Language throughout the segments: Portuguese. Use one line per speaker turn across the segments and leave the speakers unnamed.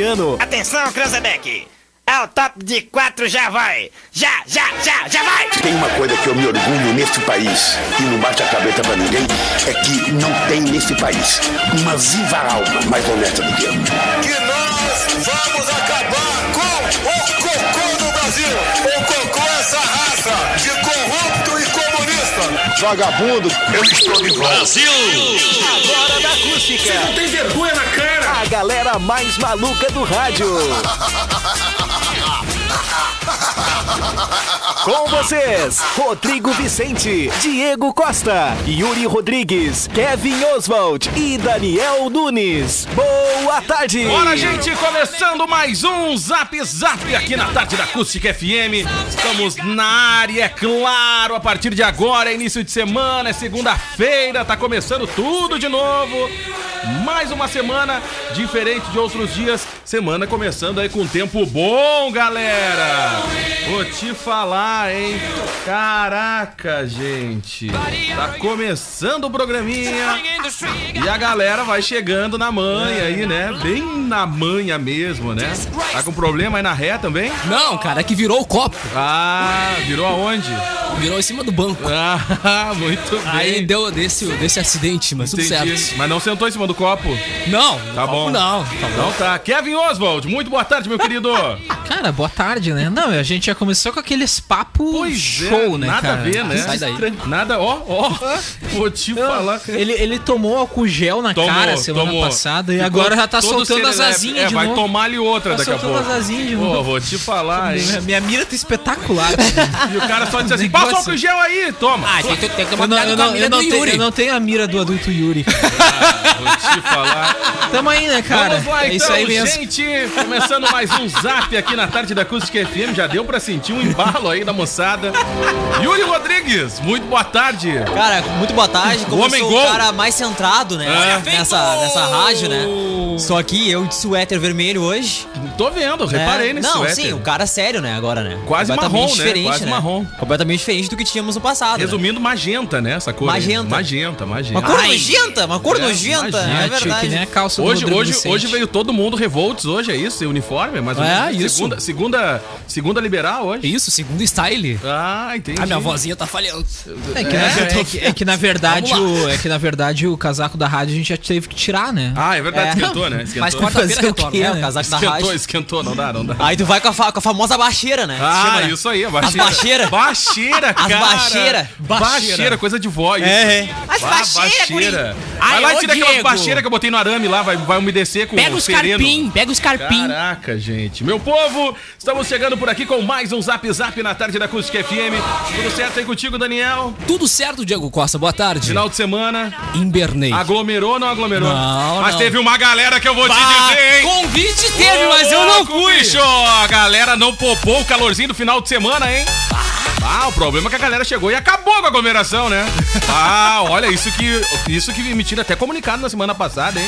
Ano.
Atenção, Cranzebeck! Ao top de quatro já vai! Já, já, já, já vai!
Tem uma coisa que eu me orgulho neste país e não bate a cabeça pra ninguém, é que não tem neste país uma viva alma mais honesta do que eu.
que nós vamos acabar com o cocô do Brasil. O cocô é essa raça de corrupto e comunista.
Vagabundo, eu estou de volta.
Agora da acústica.
Não tem vergonha na cara.
A galera mais maluca do rádio. Com vocês, Rodrigo Vicente, Diego Costa, Yuri Rodrigues, Kevin Oswald e Daniel Nunes. Boa tarde!
Bora, gente, começando mais um Zap Zap aqui na tarde da Acústica FM. Estamos na área, é claro, a partir de agora, é início de semana, é segunda-feira, tá começando tudo de novo. Mais uma semana diferente de outros dias, semana começando aí com tempo bom, galera. Vou te falar, hein? Caraca, gente. Tá começando o programinha. E a galera vai chegando na manha aí, né? Bem na manha mesmo, né? Tá com problema aí na ré também?
Não, cara, é que virou o copo.
Ah, virou aonde?
Virou em cima do banco.
Ah, muito bem.
Aí deu desse, desse acidente, mas tudo
Entendi.
certo.
Mas não sentou em cima do copo?
Não,
Tá
copo
bom.
Não.
Então tá. Kevin Oswald, muito boa tarde, meu querido.
Cara, boa tarde, né? Não, a gente já começou com aqueles papo
Pois é,
show, né,
nada
cara?
a ver, né?
Sai daí.
Nada, ó, ó. Vou te falar.
Ele, ele tomou álcool gel na
Tomou,
cara semana
tomou.
passada e
Ficou
agora já tá
todo
soltando as
serelepe.
asinhas
É,
de
vai
novo.
tomar ali outra
Tá
daqui a pouco.
soltando as asinhas de
Pô,
novo.
vou te falar, hein?
Minha- Minha mira tá espetacular.
E o cara só disse assim,
Negócio.
passa o álcool em gel aí, toma.
Ah, tem que,
É
tem que
eu,
tomar
não,
cuidado
eu,
com
não,
a
eu,
mina do
não tenho,
Yuri.
eu não tenho a mira do adulto Yuri.
Ah, Vou te falar.
Tamo aí, né, cara?
Vamos lá,
é
então,
isso aí mesmo.
gente. Começando mais um Zap aqui na tarde da Acústica FM. Já deu pra sentir um embalo aí da moçada. Yuri Rodrigues, muito boa tarde.
Cara, muito boa tarde. Como
Homem
eu sou
gol.
o cara mais centrado, né?
É.
Nessa, nessa rádio, né? Só que eu de suéter vermelho hoje.
Tô vendo,
né?
reparei nesse
Não,
suéter.
sim, o cara sério, né? Agora, né?
Quase marrom, né? Quase marrom.
Completamente diferente do que tínhamos no passado. né?
Resumindo, magenta, né? Essa cor. aí.
Magenta.
Magenta, magenta.
Uma cor
Ai.
nojenta, uma cor
É,
nojenta.
imagina, né?
É
É, tio, que nem
verdade.
a calça do
Hoje,
Rodrigo
hoje,
Vicente.
hoje veio todo mundo revoltos, hoje é isso? Em uniforme? Mas
É, isso.
Segunda, segunda, segunda liberal hoje?
Isso, segundo style.
Ah, entendi.
A minha vozinha tá falhando.
É que, na,
É,
é que- é que na verdade
Vamos
o, é que na verdade o casaco da rádio a gente já teve que tirar, né?
Ah, é verdade,
É.
esquentou, né? Esquentou.
Mas quarta-feira
Fazer o quê,
retorna.
É,
né?
o casaco da
esquentou,
rádio.
esquentou, não dá, não dá.
Aí tu vai com a, fa- com a famosa bacheira, né?
Ah,
Chama, né?
isso aí, a baixeira.
As baixeira.
Baixeira,
As
cara.
baixeira.
Baixeira, coisa de voz.
É, é.
Ah,
As
baixeira,
Vai
Ai,
lá e
ô,
tira aquelas
Diego.
baixeiras que eu botei no arame lá, vai, vai umedecer com
Pega
o
os
sereno.
carpim, pega os carpim.
Caraca, gente. Meu povo, estamos chegando por aqui com mais um Zap Zap na tarde da Acústica FM. Tudo certo aí contigo, Daniel?
Tudo certo, Diego Costa, boa tarde.
Final de semana.
Invernei.
Aglomerou ou não aglomerou?
Não,
Mas
não.
teve uma galera que eu vou
Bah,
te dizer, hein?
Ah, convite teve, mas eu não
Ô,
fui.
bicho, a galera não popou o calorzinho do final de semana, hein? Ah, o problema é que a galera chegou e acabou com a aglomeração, né? Ah, olha, isso que, isso que me tira até comunicado na semana passada, hein?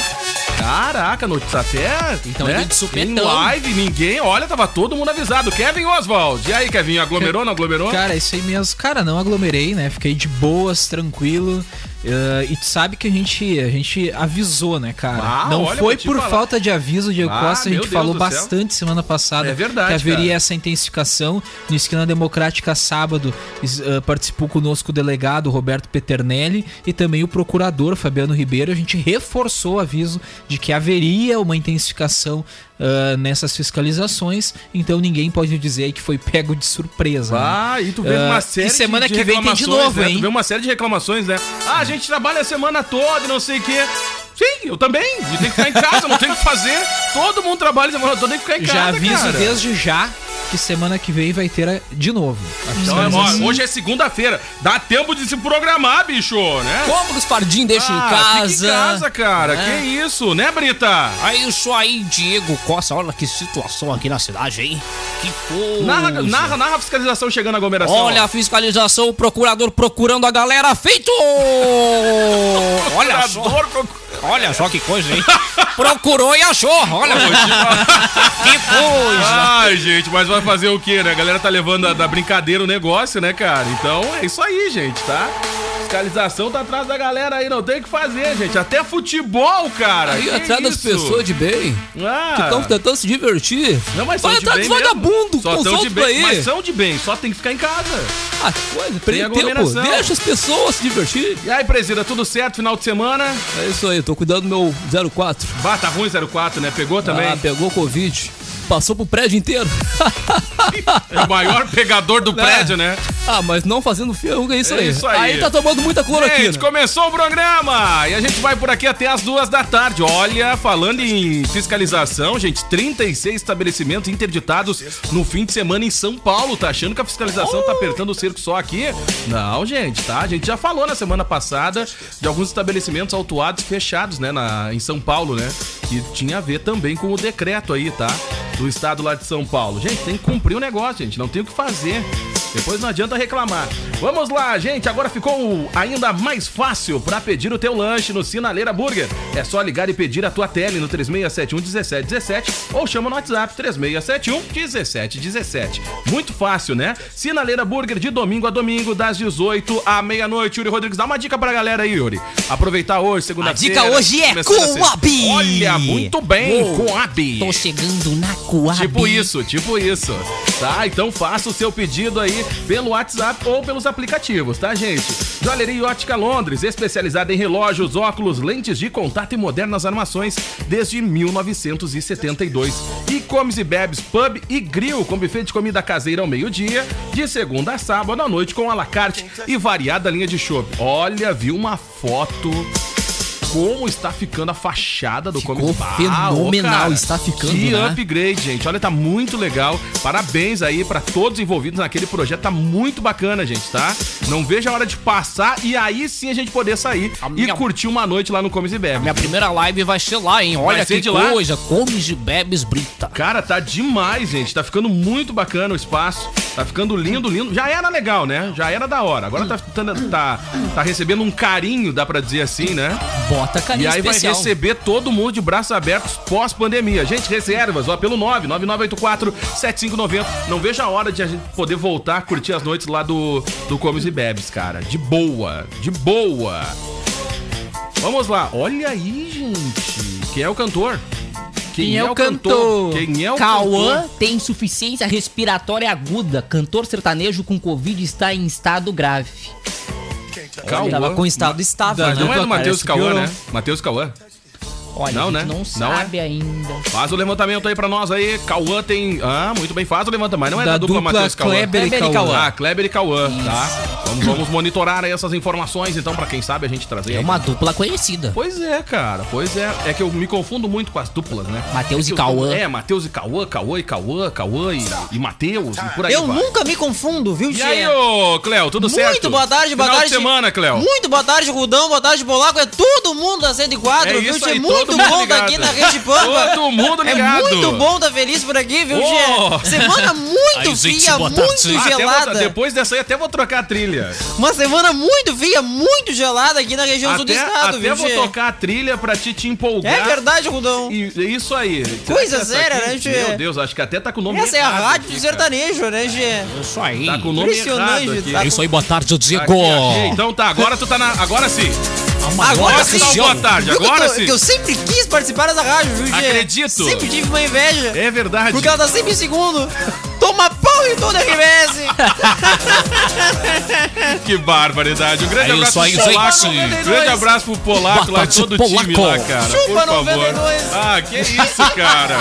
Caraca, notícia até.
Então,
né?
tudo de supetão.
Em live, ninguém. Olha, tava todo mundo avisado. Kevin Oswald. E aí, Kevin, aglomerou ou não aglomerou?
Cara, isso aí mesmo. Cara, não aglomerei, né? Fiquei de boas, tranquilo. Eh, e tu sabe que a gente, a gente avisou, né, cara?
Ah,
não
olha, vou
foi
te
por
falar.
falta de aviso, Diego
Ah,
Costa. A
meu
gente
Deus
falou
do céu.
bastante semana passada.
É verdade,
Que haveria
cara.
essa intensificação. No Esquina Democrática, sábado, es- eh, participou conosco o delegado Roberto Peternelli e também o procurador Fabiano Ribeiro. A gente reforçou o aviso de que haveria uma intensificação. eh, nessas fiscalizações, então ninguém pode dizer aí que foi pego de surpresa. né?
Ah, e tu vê
Ah,
uma
e
série de-
semana
de
que vem tem de
reclamações,
novo,
né?
hein?
Tu vê uma série de reclamações, né? Ah, a gente trabalha a semana toda e não sei o quê. Sim, eu também. Eu tenho que ficar em casa, não tenho o que fazer. Todo mundo trabalha a semana toda, tem que ficar em casa,
Já aviso
cara.
desde já que semana que vem vai ter a- de novo.
Então, é,
assim.
ó, hoje é segunda-feira. Dá tempo de se programar, bicho, né?
Compra os fardinhos, deixa em
Ah,
casa.
Fica em casa, cara.
É.
Que isso, né, Brita?
Aí isso aí, Diego Costa, olha que situação aqui na cidade, hein? Que coisa.
Narra, narra, narra a fiscalização chegando à aglomeração.
Olha a fiscalização, o procurador procurando a galera, feito! Olha só,
Procurador, procu-
olha só que coisa, hein? Procurou e achou, olha. que coisa!
Ai, gente, mas vai fazer o quê, né? A galera tá levando a- da brincadeira o negócio, né, cara? Então é isso aí, gente, tá? fiscalização tá atrás da galera aí, não tem o que fazer, gente. Até futebol, cara.
Aí
que
atrás das
isso?
pessoas de bem, que
Ah.
estão tentando se divertir. tá
Não, mas são
Vai
de
atrás
bem
dos
mesmo.
vagabundos,
Só
com
tão de
solto
bem,
aí.
mas são de bem, só tem que ficar em casa.
Ah, que coisa, prende tempo.
aglomeração.
Deixa as pessoas se divertir.
E aí, presida, tudo certo? Final de semana?
É isso aí, tô cuidando do meu 04.
Bah, tá ruim 04, né? Pegou também?
Ah, pegou Covid. Passou pro prédio inteiro.
É o maior pegador do prédio, né?
Ah, mas não fazendo ferruga, é isso
É
aí.
isso aí.
tá tomando muita cloroquina.
né?
Gente, começou o programa e a gente vai por aqui até as duas da tarde. Olha, falando em fiscalização, gente, 36 estabelecimentos interditados no fim de semana em São Paulo. Tá achando que a fiscalização tá apertando o cerco só aqui? Não, gente, tá? A gente já falou na semana passada de alguns estabelecimentos autuados e fechados, né, na, em São Paulo, né? Que tinha a ver também com o decreto aí, tá? Do estado lá de São Paulo. Gente, tem que cumprir o negócio, gente. Não tem o que fazer. Depois não adianta reclamar. Vamos lá, gente. Agora ficou ainda mais fácil para pedir o teu lanche no Sinaleira Burger. É só ligar e pedir a tua tele no 3671 1717 ou chama no WhatsApp 3671 1717. Muito fácil, né? Sinaleira Burger de domingo a domingo, das 18 à meia-noite. Yuri Rodrigues, dá uma dica pra galera aí, Yuri. Aproveitar hoje, segunda-feira.
dica hoje é
começando a ser-
Coab!
Olha, muito bem, Coab.
Tô chegando na Coab.
Tipo isso, tipo isso. Tá? Então faça o seu pedido aí pelo WhatsApp ou pelos aplicativos, tá, gente? Joalheria e Ótica Londres, especializada em relógios, óculos, lentes de contato e modernas armações desde 1972. E comes e bebes, pub e grill, com buffet de comida caseira ao meio-dia, de segunda a sábado à noite com alacarte e variada linha de chopp. Olha, viu uma foto como está ficando a fachada do
Ficou
Comic
fenomenal, está ficando,
Ah, Que
né?
upgrade, gente. Olha, tá muito legal. Parabéns aí para todos envolvidos naquele projeto. Tá muito bacana, gente, tá? Não veja a hora de passar e aí sim a gente poder sair
minha-
e curtir uma noite lá no Comes e Bebe.
Minha primeira live vai ser lá, hein? Olha
Vai ser
que
de lá?
coisa. Comes e bebes brita.
Cara, tá demais, gente. Tá ficando muito bacana o espaço. Tá ficando lindo, lindo. Já era legal, né? Já era da hora. Agora tá, tá, tá, tá recebendo um carinho, dá pra dizer assim, né?
Bota
E
carinho
aí vai receber todo mundo de braços abertos pós-pandemia. Gente, reservas, ó, pelo 99984-7590. Não veja a hora de a gente poder voltar a curtir as noites lá do, do Comes e Bebes, cara. De boa, de boa. Vamos lá, olha aí, gente. Quem é o cantor?
Quem é o cantor?
Quem é o
Cauã
cantor?
tem insuficiência respiratória aguda. Cantor sertanejo com Covid está em estado grave.
Cauã.
Tava com estado estável,
Não é
né?
do Matheus
Parece que
Cauã,
piorou.
né? Matheus Cauã.
Olha,
Não,
a gente
né?
não
Não
sabe ainda.
Faz o levantamento aí pra nós aí. Cauã tem. Ah, muito bem, faz o levantamento. Mas não é da,
Da
dupla,
dupla
Matheus Cauã.
Kleber e
Kleber
Cauã.
Ah, Kleber e Cauã, tá? Vamos, vamos monitorar aí essas informações, então, pra quem sabe a gente trazer.
É
aí.
uma dupla conhecida.
Pois é, cara, pois é. É que eu me confundo muito com as duplas, né?
Matheus
É que
e Cauã.
eu- É, Matheus e Cauã, Cauã e Cauã, Cauã e, e Matheus, e por tá aí
Eu
vai.
nunca me confundo, viu,
E
Tchê?
aí, ô, Cléo, tudo
Muito
certo?
boa tarde, boa
Final
tarde.
de semana, Cléo.
Muito boa tarde, Rudão. Boa tarde, Bolaco. É todo mundo da 104,
É
viu,
isso
Tchê?
aí,
muito
todo mundo
bom
ligado.
daqui na Rede Pampa.
Todo mundo ligado.
É muito bom tá feliz por aqui, viu,
Ô!
Tchê? Semana muito
Aí, gente,
fria,
boa
muito
tarde.
Até vou-
gelada.
depois dessa aí, até vou trocar a trilha.
Uma semana muito fria, muito gelada aqui na região sul do
Até,
estado,
até
viu,
vou
Tchê?
tocar a trilha pra te, te empolgar.
É verdade, Rudão.
E- é Isso aí.
Coisa
Essa
séria,
aqui,
né, Gê?
Meu Deus, acho que até tá com o nome
Essa é a
errado
rádio
aqui, cara.
do sertanejo, né, Gê?
Isso aí.
Tá com o nome
Impressionante,
errado aqui.
tá
É isso aí, boa tarde, Diego.
Aqui, aqui. Então tá, agora tu tá na... Agora sim.
Agora
Agora
sim,
que tá o boa tarde,
Viu que eu
agora
tô-
sim.
Que eu sempre quis participar dessa rádio, viu, Gê?
Acredito.
Sempre tive uma inveja.
É verdade.
Porque ela tá sempre em segundo. Toma pau em toda a RBS.
Que barbaridade. Um grande
É isso
abraço
aí,
pro Polaco.
gente.
Um grande abraço pro Polaco
Boa
lá e
tarde,
todo o time lá,
Polaco.
cara.
Chupa,
Por favor.
92.
Ah, que isso, cara.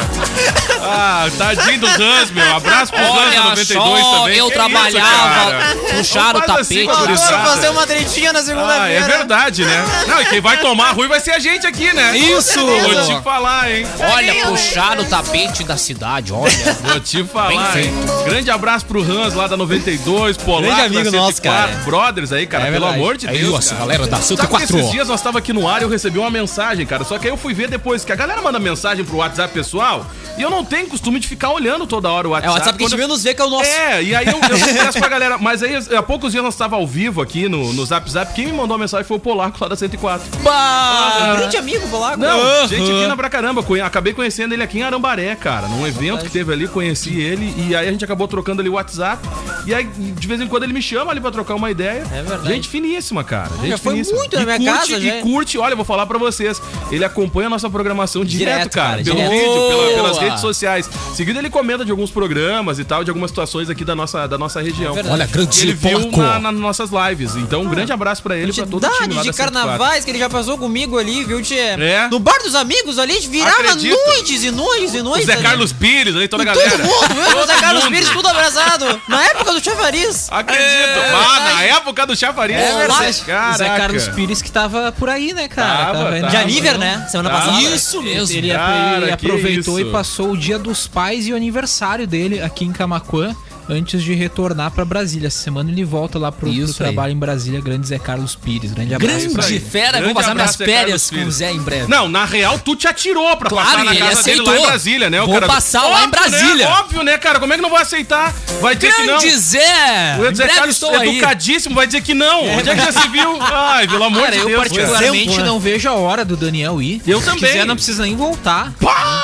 Ah, tadinho do Hans, meu. Abraço pro Hans da 92 também.
eu
Que
trabalhava,
Isso,
puxaram o
Não faz
tapete.
assim,
Adoro
gurizada.
fazer uma tretinha na segunda-feira.
cara. Ah, é verdade, né? Não, e quem vai tomar ruim vai ser a gente aqui, né?
Isso!
Vou te falar, hein?
Olha, puxaram o tapete da cidade, olha.
Vou te falar,
Bem
hein? Grande abraço pro Hans lá da 92, Polaco
Grande amigo
da
nosso, cara.
brothers aí, cara,
É
pelo
verdade.
amor de
Aí,
Deus,
nossa,
cara.
galera da
Sabe que
104.
esses dias nós tava aqui no ar e eu recebi uma mensagem, cara. Só que aí eu fui ver depois que a galera manda mensagem pro WhatsApp pessoal e eu não tenho costume de ficar olhando toda hora o
É
WhatsApp.
o WhatsApp que a gente
Quando-
menos vê que é o nosso.
é, e aí eu, eu peço pra galera, mas aí há poucos dias nós estava ao vivo aqui no, no Zap Zap, quem me mandou a mensagem foi o Polaco lá da 104.
Um grande amigo, vou lá.
Ah.
Ah,
Não,
cara.
gente fina pra caramba. Conhe- Acabei conhecendo ele aqui em Arambaré, cara. Num evento que teve ali, conheci ele. E aí a gente acabou trocando ali o WhatsApp. E aí, de vez em quando, ele me chama ali pra trocar uma ideia.
É verdade.
Gente finíssima, cara. Gente
já foi
finíssima.
muito na
E
minha
curte,
casa, né?
E
já.
curte, olha, eu vou falar pra vocês. Ele acompanha a nossa programação direto,
Direto,
cara.
cara,
Pelo
direto.
vídeo, pela-
Boa.
pelas redes sociais. Seguido, ele comenta de alguns programas e tal, de algumas situações aqui da nossa, da nossa região.
É verdade.
Olha, grande
E ele viu
porco.
na- nas nossas lives. Então, um grande abraço pra ele, e pra todo o time
Quantidade
lá da
de
104.
carnavais que ele já passou comigo ali, viu, Tchê?
É.
No bar dos amigos ali, a gente virava
Acredito.
noites e noites e noites.
Zé
ali.
Carlos Pires, ali toda a
Todo
galera.
mundo, viu?
Todo
José Carlos
mundo.
Pires, tudo abraçado. Na época do Chavariz.
Acredito. ah, na época do Chafariz.
É verdade.
O Zé
Caraca.
Carlos Pires que tava por aí, né, cara?
Tava, tava.
aí na-
De
Ah,
Aniver, né? Semana
Ah,
passada.
isso Ah,
Ele,
é
ele
Cara, que
aproveitou
isso.
e passou o dia dos pais e o aniversário dele aqui em Camaquã antes de retornar pra Brasília. Essa semana ele volta lá pro, pro
Isso aí.
trabalho em Brasília. Grande Zé Carlos Pires. Grande abraço.
Grande
é aí.
fera,
Grande
vou passar minhas
abraço, Zé Carlos
férias com o
Pires.
Zé em breve.
Não, na real, tu te atirou pra
Claro,
passar na
ele
casa
aceitou.
dele lá em Brasília, né? O
Vou
cara do-
passar lá em
Óbvio, né?
Brasília.
Óbvio, né, cara? Como é que não vou aceitar? Vai dizer que não.
Grande Zé!
O
Em
Zé
breve
Carlos
estou aí.
educadíssimo vai dizer que não. Onde é que já se viu? Ai, pelo amor
Cara,
de
eu
Deus. cara.
particularmente não vejo a hora do Daniel ir.
Eu
Se
também.
quiser, não precisa nem voltar.
Pá!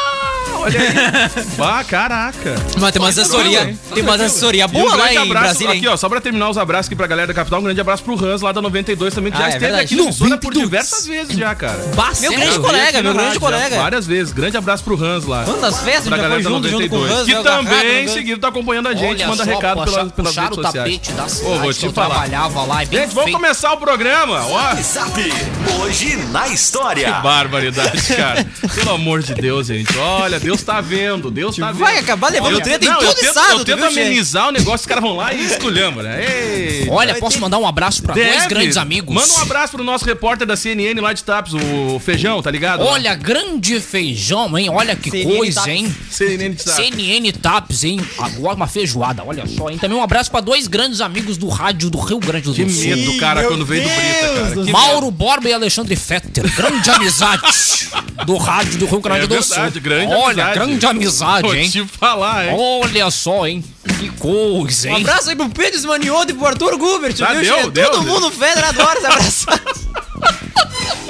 Olha aí. Bah, caraca.
Mas tem umas assessoria.
tranquilo,
Tem umas assessoria
E um
boa lá
grande
em
abraço
Brasília,
aqui,
hein?
ó, só pra terminar os abraços aqui pra galera da capital, um grande abraço pro Hans lá da 92 também, que
Ah,
já
é
esteve
verdade.
aqui no Sona por diversas vezes já, cara.
Sério?
Meu grande
Já veio
colega,
aqui
meu
na
grande
rádio,
colega.
já, Várias vezes. Grande abraço pro Hans lá.
Mano, nas festas, a
Pra
gente já
galera
foi
da
junto, junto com o
92.
Hans, né,
que
o Garrafa,
também,
né?
seguido, tá acompanhando a gente,
Olha
manda
só,
recado
puxa-
pelas, pelas
puxaram
redes
o
sociais.
tapete da cidade
Ô, vou
que
te
eu
falar.
trabalhava lá, é bem
Gente, vamos
feito.
começar o programa, ó.
Zap, hoje na história.
Que barbaridade, cara. Pelo amor de Deus, gente. Olha, Deus tá vendo, Deus tá vendo.
Vai acabar levando
Eu-
treta em
não, eu
todo
tento-
estado,
Eu
tu
tento
viu, Tchê?
amenizar o negócio, os caras vão lá e esculhambam, né? Ei,
Olha, posso mandar um abraço pra dois
Deve.
grandes amigos.
Manda um abraço pro nosso repórter da CNN lá de Taps, o Feijão, tá ligado?
Olha, grande feijão, hein? Olha que
CNN
coisa,
tá-
Taps.
hein?
CNN de Taps.
CNN Taps, hein? Agora uma feijoada, olha só, hein? Também um abraço pra dois grandes amigos do rádio do Rio Grande do
Que
Sul.
medo, cara, quando veio do Brita, cara. Que medo.
Mauro Borba e Alexandre Fetter, grande amizade do rádio do Rio Grande
É
do
verdade,
Sul.
grande
Olha,
amizade.
grande amizade,
Vou
hein?
te falar, hein?
Olha só, hein? Que coisa,
Um
hein?
abraço aí pro Pedro Smanioto e pro Arthur Gubert,
Ah,
viu,
deu,
Tchê?
deu,
Todo
deu.
mundo fera, adora esse abraço.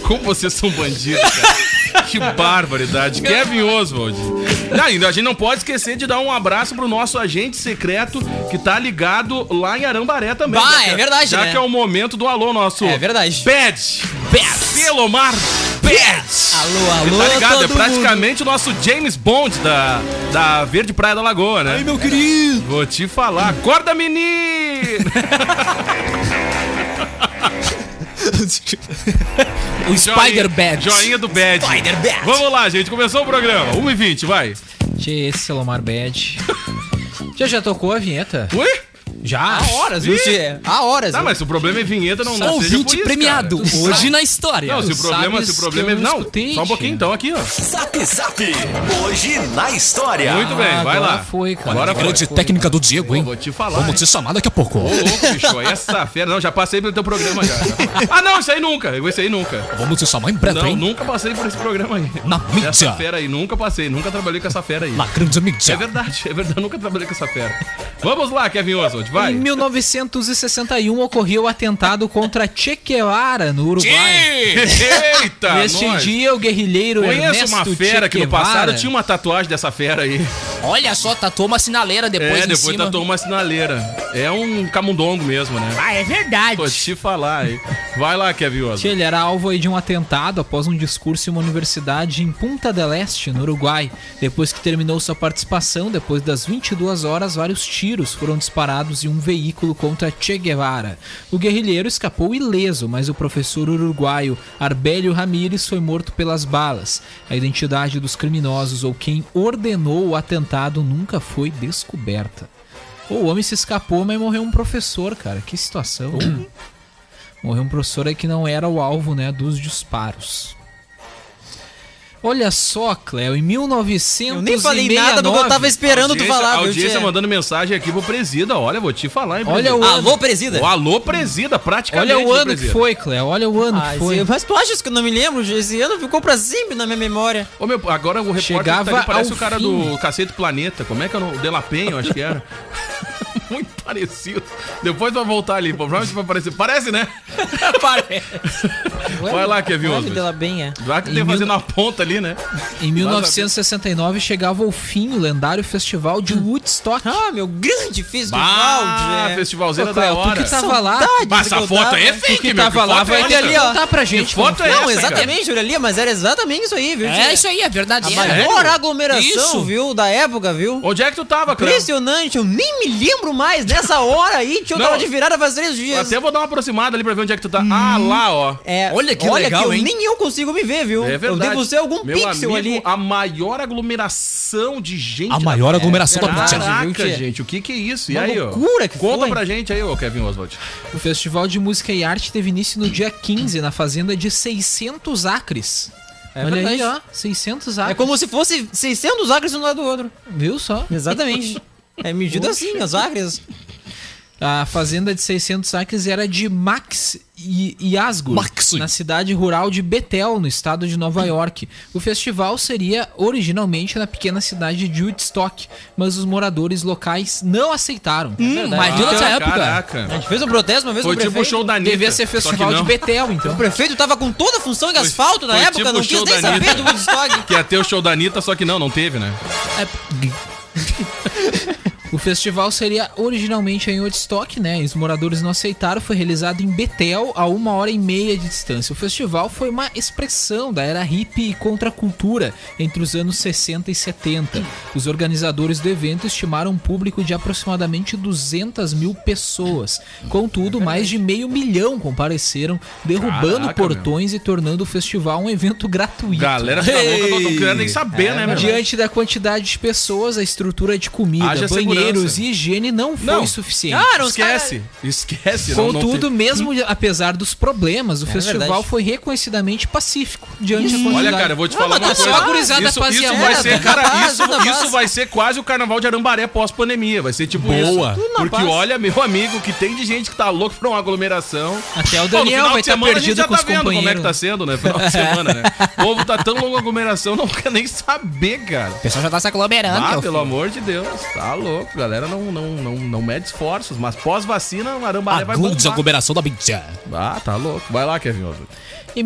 Como vocês são bandidos, cara. Que barbaridade. Kevin Oswald. Ainda a gente não pode esquecer de dar um abraço pro nosso agente secreto que tá ligado lá em Arambaré também.
Bah,
né, cara?
é verdade,
Já
né?
que é o momento do alô nosso.
É verdade.
Pede.
Pé.
Pelomar Pets.
Alô, alô,
Ele tá ligado? É
todo mundo.
praticamente o nosso James Bond da, da Verde Praia da Lagoa, né? Ai, meu querido! Vou te falar. Acorda, menino!
O Spider
Bad.
Bad.
Joinha do Bad.
Spider Bad.
Vamos lá, gente. Começou o programa. 1h20, vai.
Tchê, esse Selomar Bad. Já já tocou a vinheta?
Ui! Ah,
Já?
Há horas, viu, Tchê? Há horas.
Tá,
viu?
mas o problema é vinheta, não, não seja por
Ouvinte
isso,
premiado,
cara.
hoje na história.
Não, se o
Tu
problema, se o
sabes
problema
que
é...
eu não
Não,
escutei,
só um pouquinho
tia.
então aqui, ó.
Zap, zap, hoje na história.
Muito bem, vai
agora
lá.
foi, cara.
Agora foi.
Grande técnica do Diego,
Eu
hein?
vou te falar. hein.
Vamos te chamar daqui a pouco.
Ô, louco, bicho, essa fera. Não, já passei pelo teu programa já. já. Ah, não, isso aí nunca. Isso aí nunca.
Vamos te chamar em breve,
Não,
hein?
nunca passei por esse programa aí.
Na
Essa
mídia.
fera aí, nunca passei, nunca trabalhei com essa fera aí.
Na grande
É
mídia.
verdade, é verdade, nunca trabalhei com essa fera. Vamos lá, Kevin Oswald, vai.
Em 1961 ocorreu o atentado contra Che Guevara no Uruguai.
Eita,
Neste
nós.
dia, o guerrilheiro
Conheço
Ernesto
uma fera que no passado tinha uma tatuagem dessa fera aí.
Olha só, tatuou uma sinaleira depois
é,
em
depois
cima.
tatuou uma sinaleira. É um camundongo mesmo, né?
Ah, é verdade.
Vou te falar aí. Vai lá, Kevin
Che,
Oswald.
Ele era alvo aí de um atentado após um discurso em uma universidade em Punta del Este, no Uruguai. Depois que terminou sua participação, depois das 22 horas, vários tiros foram disparados em um veículo contra Che Guevara. O guerrilheiro escapou ileso, mas o professor uruguaio Arbélio Ramírez foi morto pelas balas. A identidade dos criminosos ou quem ordenou o atentado nunca foi descoberta. O homem se escapou, mas morreu um professor, cara. Que situação. Morreu um professor aí que não era o alvo, né, dos disparos. Olha só, Cléo, em 1969...
Eu nem falei nada porque eu tava esperando tu
Audiência-
falar, viu,
audiência
Tchê?
mandando mensagem aqui pro Presida. Olha, vou te falar, hein,
Olha
Presida.
o ano,
Alô, presida.
o alô Presida, praticamente.
olha o
do
ano que
Presida.
foi, Cléo, olha o ano
Ah,
que foi.
esse- mas tu achas que eu não me lembro? Esse ano ficou pra sempre na minha memória.
Ô, meu, agora o repórter
Chegava
que tá ali parece
ao
o cara
fim.
do Cacete Planeta. Como é que é o nome? Delapenha, eu acho que era. Muito parecido. Depois vai voltar ali, pô, provavelmente vai aparecer. Parece, né? Vai lá, Kevin
O nome
Oswald.
dela bem é.
Já que
Em
tem
mil-
fazendo a ponta ali, né?
Em 1969 chegava ao fim o lendário festival de Woodstock.
Ah, meu grande festival.
Ah,
é.
festivalzinho da
Ô, Cléo,
hora.
tu que tá tava lá,
Mas essa foto aí é fake,
que
meu.
tava
foto
lá,
é
vai
essa,
ter ali
cara?
contar pra gente.
Que foto é
não,
essa, cara?
Exatamente, olha ali, mas era exatamente isso aí, viu?
É isso aí, é verdade.
A maior aglomeração,
Isso.
viu, da época, viu?
Onde é que tu tava, Cléo?
Impressionante, eu nem me lembro mais dessa hora aí, tio, eu
Não.
tava de virada faz três dias.
Até vou dar uma aproximada ali pra ver onde é que tu tá. Ah, lá, ó.
É,
Olha que legal,
eu-
hein?
Nem eu consigo me ver, viu?
É verdade.
Eu devo ser algum
Meu
pixel
amigo,
ali.
A maior aglomeração de gente. na-
A maior
é
aglomeração da
verdade.
plateia.
viu,
Caraca,
tia?
gente, o que que é isso? E
Uma
aí, ó?
loucura que
Conta
foi.
pra gente aí, ô Kevin Oswald.
O Festival de Música e Arte teve início no dia 15, na fazenda de 600 acres.
É
Olha aí, ó,
verdade.
600
É
acres.
como se fosse 600 acres um lado do outro.
Viu só?
Exatamente. É medida assim, as acres.
A fazenda de 600 acres era de Max I- Yasgur,
Max.
na cidade rural de Bethel, no estado de Nova York. O festival seria originalmente na pequena cidade de Woodstock, mas os moradores locais não aceitaram. É
Mas deu nessa época.
A
Ah, Caraca.
gente Hum. fez um protesto uma vez
Foi
com o
tipo o
prefeito.
show da Anitta.
Devia ser
só que
festival de
não.
Bethel, então.
O prefeito tava com toda a função de asfalto na
foi
época,
tipo
não
o
quis
show
nem
da
saber
Anitta.
do Woodstock.
Que ia ter o show da Anitta, só que não, não teve, né?
O festival seria originalmente em Woodstock, né? E os moradores não aceitaram. Foi realizado em Betel, a uma hora e meia de distância. O festival foi uma expressão da era hippie e contracultura entre os anos 60 e 70. Os organizadores do evento estimaram um público de aproximadamente 200 mil pessoas. Contudo, mais de meio milhão compareceram, derrubando
Caraca,
portões e tornando o festival um evento gratuito.
Galera fica louca, não tô querendo nem saber,
É
né, meu?
Diante da quantidade de pessoas, a estrutura de comida,
Haja
banheiros
segurança.
e higiene não foi
Não.
suficiente.
Ah,
esquece, esquece. não- não
Contudo,
teve.
mesmo apesar dos problemas, o
É
festival
verdade.
foi reconhecidamente pacífico diante da quantidade.
Olha, cara, eu vou te
Ah,
falar
mas
uma
só
coisa.
a gurizada
isso,
fazia
isso vai
merda. Ah,
ser, cara,
paz,
isso,
tudo na
isso
paz.
vai ser quase o carnaval de Arambaré pós-pandemia. Vai ser tipo
Boa.
isso. Porque olha, meu amigo, que tem de gente que tá louco pra uma aglomeração.
Até o
Pô, no
Daniel
final
vai
de
estar
semana,
perdido
a gente já
com
tá
os
vendo
companheiros.
como é que tá sendo, né? Final de semana, né? O povo tá tão longo a aglomeração, não quer nem saber, cara.
O pessoal já tá se aglomerando.
Ah,
meu
pelo
filho.
amor de Deus, tá louco, galera. Não, não, não, não mede esforços, mas pós-vacina, o Arambaré vai
A grande
bombar.
aglomeração da mídia.
Ah, tá louco. Vai lá, Kevin Oswald.
Em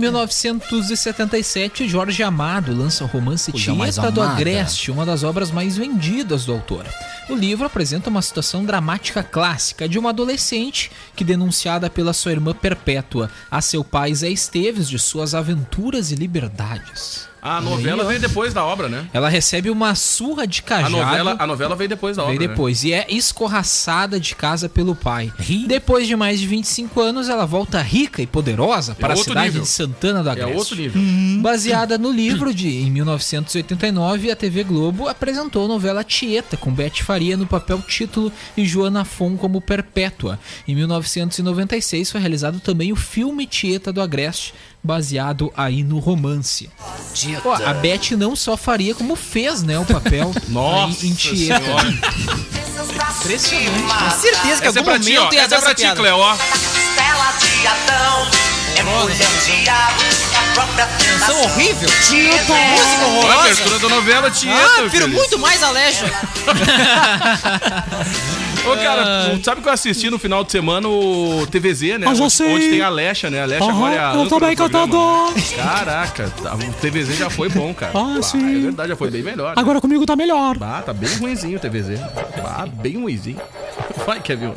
1977, Jorge Amado lança o romance
Coisa mais
Tieta do
amada.
Agreste, uma das obras mais vendidas do autor. O livro apresenta uma situação dramática clássica de uma adolescente que, denunciada pela sua irmã Perpétua a seu pai Zé Esteves de suas aventuras e liberdades,
A novela veio depois da obra, né?
ela recebe uma surra de
A
cajado.
novela, a novela veio depois da obra.
Veio
né?
depois. E é escorraçada de casa pelo pai. Depois de mais de 25 anos, ela volta rica e poderosa para a
É outro
cidade
nível.
de Santana do
É
Agreste.
outro nível.
Baseada no livro de em 1989, a TV Globo apresentou a novela Tieta, com Beth Faria no papel título e Joana Fon como Perpétua. Em 1996 foi realizado também o filme Tieta do Agreste, baseado aí no romance. Ó, a Beth não só faria como fez, né, o papel
Nossa
em, em Tieta.
Senhora.
Com
né?
certeza que em
Essa é
algum
pra ti, ó.
momento ia
Essa
dar
é pra
essa
ti,
piada.
Cleo, ó.
Castela de Adão é mulher de diabo, é a própria
São
tentação.
horrível.
Música
Olha a abertura da novela, Tieta.
Ah,
meu
prefiro
querido.
muito mais a Alexa.
Ô, cara, tu sabe que eu assisti no final de semana o TVZ, né?
Mas eu
Onde-
sei.
Onde tem a Alexa, né? A Alexa agora é a
Aham, eu
âncora
também
do programa,
cantando.
né? Caraca, tá- o TVZ já foi bom, cara.
Ah, sim.
É verdade, já foi bem melhor. né?
Agora comigo tá melhor.
Ah, tá bem ruimzinho o TVZ. Ah, bem ruimzinho. Vai, Kevin.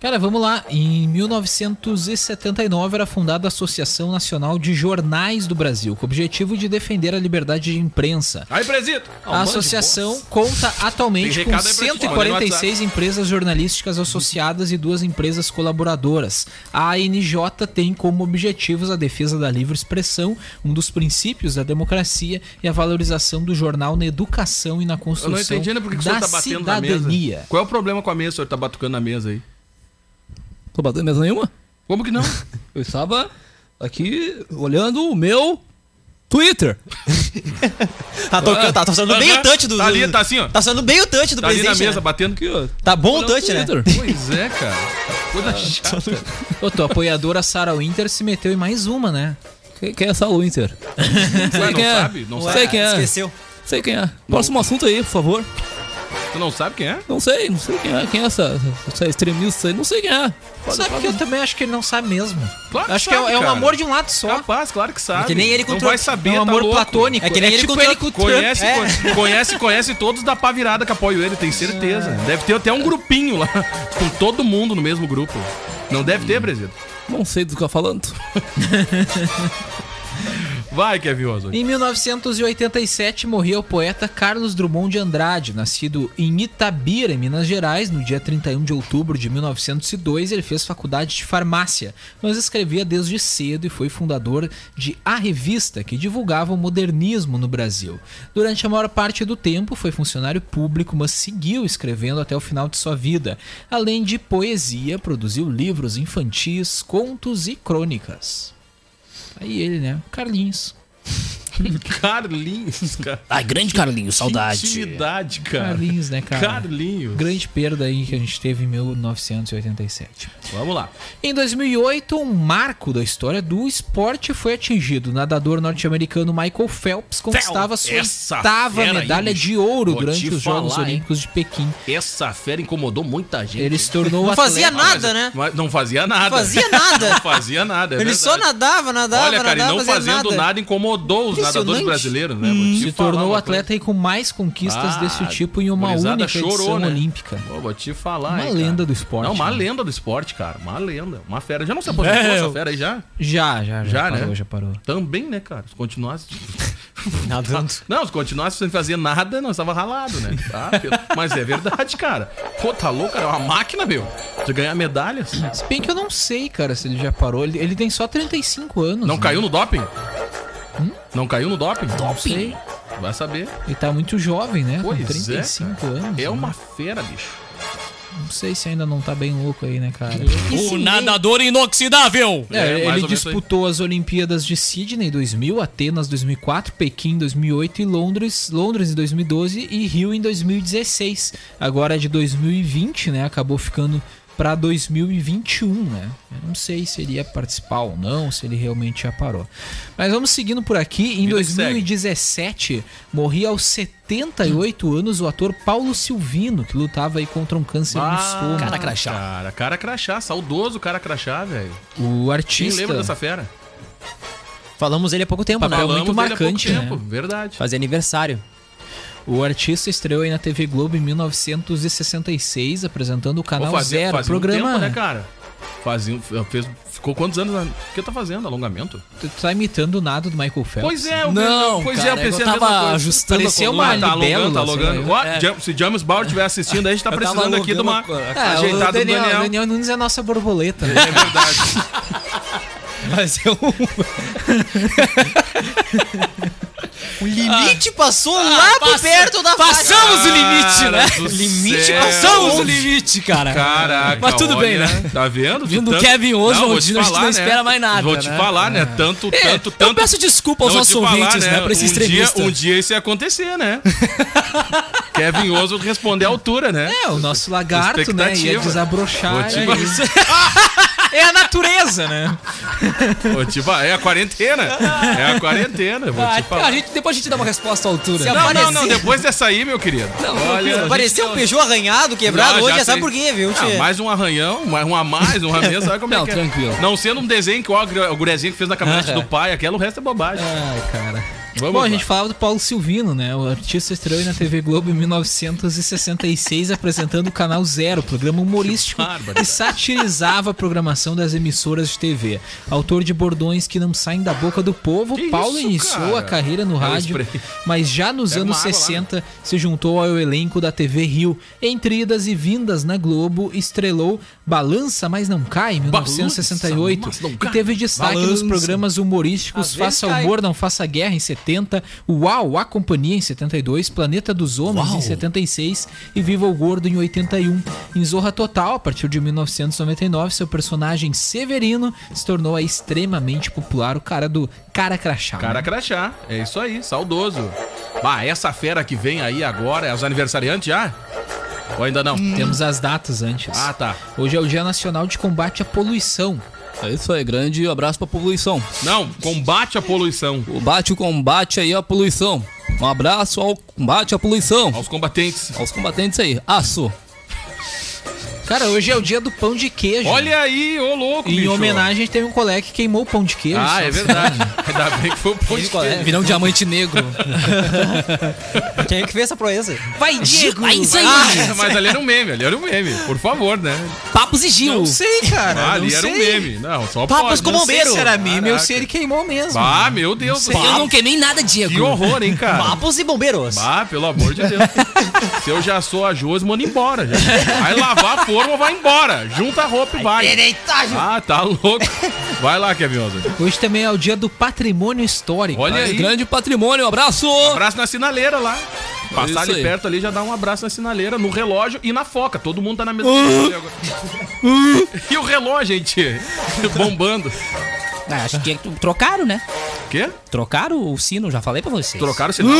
Cara, vamos lá. Em 1979 era fundada a Associação Nacional de Jornais do Brasil, com o objetivo de defender a liberdade de imprensa.
Aí, presito.
A associação conta atualmente
Tem
com
recado aí pra gente, mandei no
146 empresas jornalísticas associadas e duas empresas colaboradoras. A ANJ tem como objetivos a defesa da livre expressão, um dos princípios da democracia e a valorização do jornal na educação e na
Eu
construção
não entendi ainda por que que o
da
senhor tá batendo na
cidadania.
mesa. Qual é o problema com a mesa, o senhor tá batucando na mesa aí?
Tô batendo mesa nenhuma?
Como que não?
Eu estava aqui olhando o meu Twitter.
Tá, tocando, tá, tá sendo bem o touch do...
Tá ali,
do-
tá assim, ó.
Tá sendo bem o touch do
Tá ali na
presidente.
mesa,
né?
batendo.
Aqui, ó.
Tá bom o
Olhando
touch, né?
Twitter.
Pois é, cara. Coisa chata.
Ô, tua apoiadora Sarah Winter se meteu em mais uma, né?
Quem, quem é essa Winter?
Ué, não
quem é.
sabe? Não
Ué.
sabe?
Sei quem é.
Esqueceu.
Sei quem é. Próximo assunto aí, por favor.
Tu não sabe quem é?
Não sei, não sei quem é, quem é essa, essa extremista aí, não sei quem é.
Sabe que eu também acho que ele não sabe mesmo.
Claro que
acho que
Ah, sabe,
é, é um
cara.
amor de um lado só.
Capaz, claro que sabe.
É que nem ele com
Não
Trump.
vai saber,
É um
tá
amor
louco.
platônico.
É que nem ele
tipo
com
ele
Trump.
com o Trump.
Conhece, con- conhece, conhece todos da pá virada que apoiam ele, tem certeza.
É.
Deve ter até um grupinho lá, com todo mundo no mesmo grupo. Não deve ter, presídio.
Não sei do que eu tô falando.
Vai, Kevin Oswald.
Em 1987 morria o poeta Carlos Drummond de Andrade, nascido em Itabira, em Minas Gerais, no dia 31 de outubro de 1902. Ele fez faculdade de farmácia, mas escrevia desde cedo e foi fundador de A Revista, que divulgava o modernismo no Brasil. Durante a maior parte do tempo foi funcionário público, mas seguiu escrevendo até o final de sua vida. Além de poesia, produziu livros infantis, contos e crônicas. Aí ele, né? Carlinhos.
Carlinhos, cara.
Ai, grande Carlinhos, saudade.
Que intimidade, cara.
Carlinhos, né, cara?
Carlinhos.
Grande perda aí que a gente teve em 1987.
Vamos lá.
Em 2008, um marco da história do esporte foi atingido. O nadador norte-americano Michael Phelps conquistava sua
essa
oitava
fera aí,
medalha
bicho.
de ouro
Vou
durante
te
os Jogos
falar, hein?
Olímpicos de Pequim.
Essa fera incomodou muita gente.
Ele
hein?
se tornou o
Não fazia
atleta-
nada, né?
Mas Não fazia nada.
Fazia nada.
Não fazia nada. é
Ele só
verdade.
nadava, nadava,
Olha, cara, e
nadava,
não
fazia
fazendo nada. incomodou os nadadores
Impressionante.
brasileiros, né? Vou te
Hum. Se
falar
tornou o
uma
atleta aí com mais conquistas
Ah,
desse tipo em uma
gurizada
única edição
né?
olímpica.
Pô, vou te falar,
Uma
hein, cara.
lenda do esporte,
Não, uma
né?
lenda do esporte, cara. Uma lenda. Uma fera. Já não se aposentou
É,
essa
eu-
fera aí já?
Já, já, já,
Já,
É, parou,
né?
já parou.
Também, né, cara? Se continuasse.
Nadando.
Não, se continuasse sem fazer nada, nós tava ralado, né? Ah, pelo- Mas é verdade, cara. Pô, tá louco, cara. É uma máquina, meu. De ganhar medalhas.
Se bem que eu não sei, cara, se ele já parou. Ele, ele tem só 35 anos.
Não
né?
caiu no doping? Não caiu no doping?
Não sei.
Vai saber.
Ele tá muito jovem, né?
Pois é,
com 35 anos.
É
né?
uma fera, bicho.
Não sei se ainda não tá bem louco aí, né, cara?
O nadador inoxidável.
É,
É, mais ou
ele
menos
disputou as Olimpíadas de Sydney 2000, Atenas 2004, Pequim 2008 e Londres, Londres em 2012 e Rio em 2016. Agora é de 2020, né, acabou ficando pra 2021, né? Eu não sei se ele ia participar ou não, se ele realmente já parou. Mas vamos seguindo por aqui. Em
Vida que segue.
2017, morria aos 78 anos o ator Paulo Silvino, que lutava aí contra um câncer no estômago.
cara crachá.
Ah, Cara, cara crachá. Saudoso cara crachá, velho.
O
Quem
artista.
lembra dessa fera?
Falamos ele há pouco tempo, né?
Papel muito
dele há pouco
marcante, né?
Verdade.
Fazia aniversário.
O artista estreou aí na TV Globo em 1966, apresentando o Canal
Pô, fazia-
Zero.
fazia um
programa.
tempo, né, cara? Fazia, um- fez, ficou quantos anos? na- O que tá fazendo? Alongamento?
Tu tá imitando o nado do Michael Phelps.
Pois é, eu,
Não,
pois é,
cara,
eu pensei
eu
a mesma
tava
coisa.
ajustando
Parecia
a
uma assim, né?
coluna.
Ah, tá alugando,
libélula,
tá
sei lá.
alugando. Ó, Jam- se James Bauer estiver assistindo aí, a gente tá
Eu tava
precisando aqui de uma
alugando a-
É, o
ajeitada do
Daniel,
Daniel.
o Daniel Nunes é a nossa borboleta, né?
É verdade.
Mas é um- eu...
O limite passou lá por perto da
Ah. Passamos o limite,
Cara
né?
do
limite,
céu.
passamos o limite, cara.
Caraca,
Mas tudo bem,
olha,
né?
Tá vendo? De
Vindo
tanto-
Kevin Oswald,
vou te
a gente não espera mais nada,
Vou te
né?
falar, né? Tanto,
É,
tanto, tanto.
Eu peço desculpa aos
Não,
nossos
te falar,
ouvintes, né? Pra esse
um dia,
extremista.
um dia isso ia acontecer, né? Kevin Oswald responder à altura, né?
É, o nosso lagarto, né? Ia
Expectativa. Vou
Ah,
desabrochar.
te
é
falar.
isso. É a natureza, né?
Vou te falar, é a quarentena. É a quarentena, vou te
Ah, a
falar. um
gente, depois a gente dá uma resposta à altura.
Se
Não, não, não,
aparecer-
depois dessa aí, meu querido.
Olha, Apareceu um Peugeot arranhado,
Ah,
quebrado
Não,
hoje,
já
já, sabe
sei.
por quê, viu,
Ah,
tchê?
mais um arranhão, mais um a mais, um a menos, sabe como é
Não,
que é?
tranquilo.
Não sendo um desenho que o gurezinho que fez na caminhonete
Aham.
do pai, aquela, o resto é bobagem.
Ai, cara.
Vamos
Bom,
lá.
a gente falava do Paulo Silvino, né? O artista estreou aí na TV Globo em 1966, apresentando o Canal Zero, programa humorístico
Que bárbaro,
que satirizava a programação das emissoras de TV. Autor de bordões que não saem da boca do povo,
Que
Paulo
isso,
iniciou
cara?
a carreira no
É o
rádio,
spray.
mas já nos
Pega
anos
uma água lá,
60 se juntou ao elenco da TV Rio. Entre idas e vindas na Globo, estrelou Balança Mas Não Cai, em 1968,
Balança, mas não
e
cai.
teve destaque nos
Balança.
programas
Às
humorísticos
vezes
Faça
cai.
Humor, Não Faça Guerra, em 70, Uau, A Companhia, em 72, Planeta dos Homens, em 76, e Viva o Gordo, em 81. Em Zorra Total, a partir de 1999, seu personagem Severino se tornou aí extremamente popular, o cara do cara crachá. né?
Cara crachá, é isso aí, saudoso. Bah, essa fera que vem aí agora, é os aniversariantes já? Ou ainda não?
Temos as datas antes.
Ah, tá.
Hoje é o Dia Nacional de Combate à Poluição.
É isso aí, grande abraço pra poluição.
Não, combate a poluição.
Combate o combate aí à poluição. Um abraço ao combate à poluição.
Aos combatentes.
Aos combatentes aí. Aço.
Cara, hoje é o dia do pão de queijo.
Olha aí, ô louco,
Em
bicho.
homenagem, teve um colega que queimou o pão de queijo.
Ah,
sabe?
é verdade. Ainda bem que foi o pão de queijo.
Virar um diamante negro.
Quem é que fez essa proeza?
Vai, Diego!
É isso aí.
Ah, mas ali era um meme, ali era um meme. Por favor, né?
Papos e Gil.
Não sei, cara.
Ah,
não
ali era
sei.
um meme. Não, só
Papas
pode.
com
Não sei
bombeiro.
se era meme ou se
Caraca.
ele queimou mesmo.
Ah, meu Deus. do
Eu
céu.
não queimei nada, Diego.
Que horror, hein, cara?
Papos e bombeiros.
Ah, pelo amor de Deus. Se eu já sou a Josi, manda embora. Já. Vai lavar a forma, vai embora. Junta a roupa e vai. Ah, tá louco. Vai lá, Kevin Oswald.
Hoje também é o dia do patrimônio histórico.
Olha
Aí,
aí.
grande patrimônio, abraço.
Abraço na sinaleira lá. Passar
Isso
ali
aí.
perto ali já dá um abraço na sinaleira, no relógio e na foca. Todo mundo tá na
Ah.
mesma. sinaleira agora. e o relógio, gente? Bombando.
Ah, acho que trocaram, né?
Quê?
Trocaram o sino, já falei pra vocês. Ah.
Trocaram o sinal.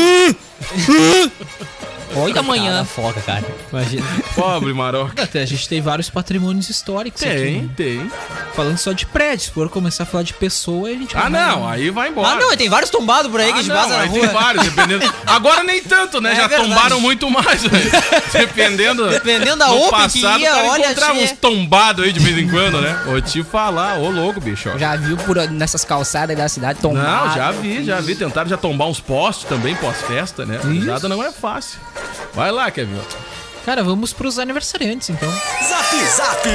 Oito da manhã.
Foca, cara.
Imagina.
Pobre Maroca.
Até a gente tem vários patrimônios históricos aqui.
Tem,
né?
tem.
Falando só de prédios. Se for começar a falar de pessoa, a gente
Ah,
vai-
não. Aí vai embora.
Ah, não, e tem vários tombados por aí que a
Ah,
gente
não,
vaza na
aí tem
rua.
vários, dependendo. Agora nem tanto, né?
É
Já
verdade.
tombaram muito mais, velho. Dependendo.
Dependendo da
no
Open que
passado,
ia,
o cara
olha, é.
encontrava
tinha-
uns tombados aí de vez em quando, né? Vou te falar, ô louco, bicho. ó.
Já viu por nessas calçadas da cidade tomar.
Não, já vi, já vi. Tentaram já tombar uns postes também pós-festa, né? Nada não é fácil. Vai lá, Kevin.
Cara, vamos pros aniversariantes, então.
Zap Zap!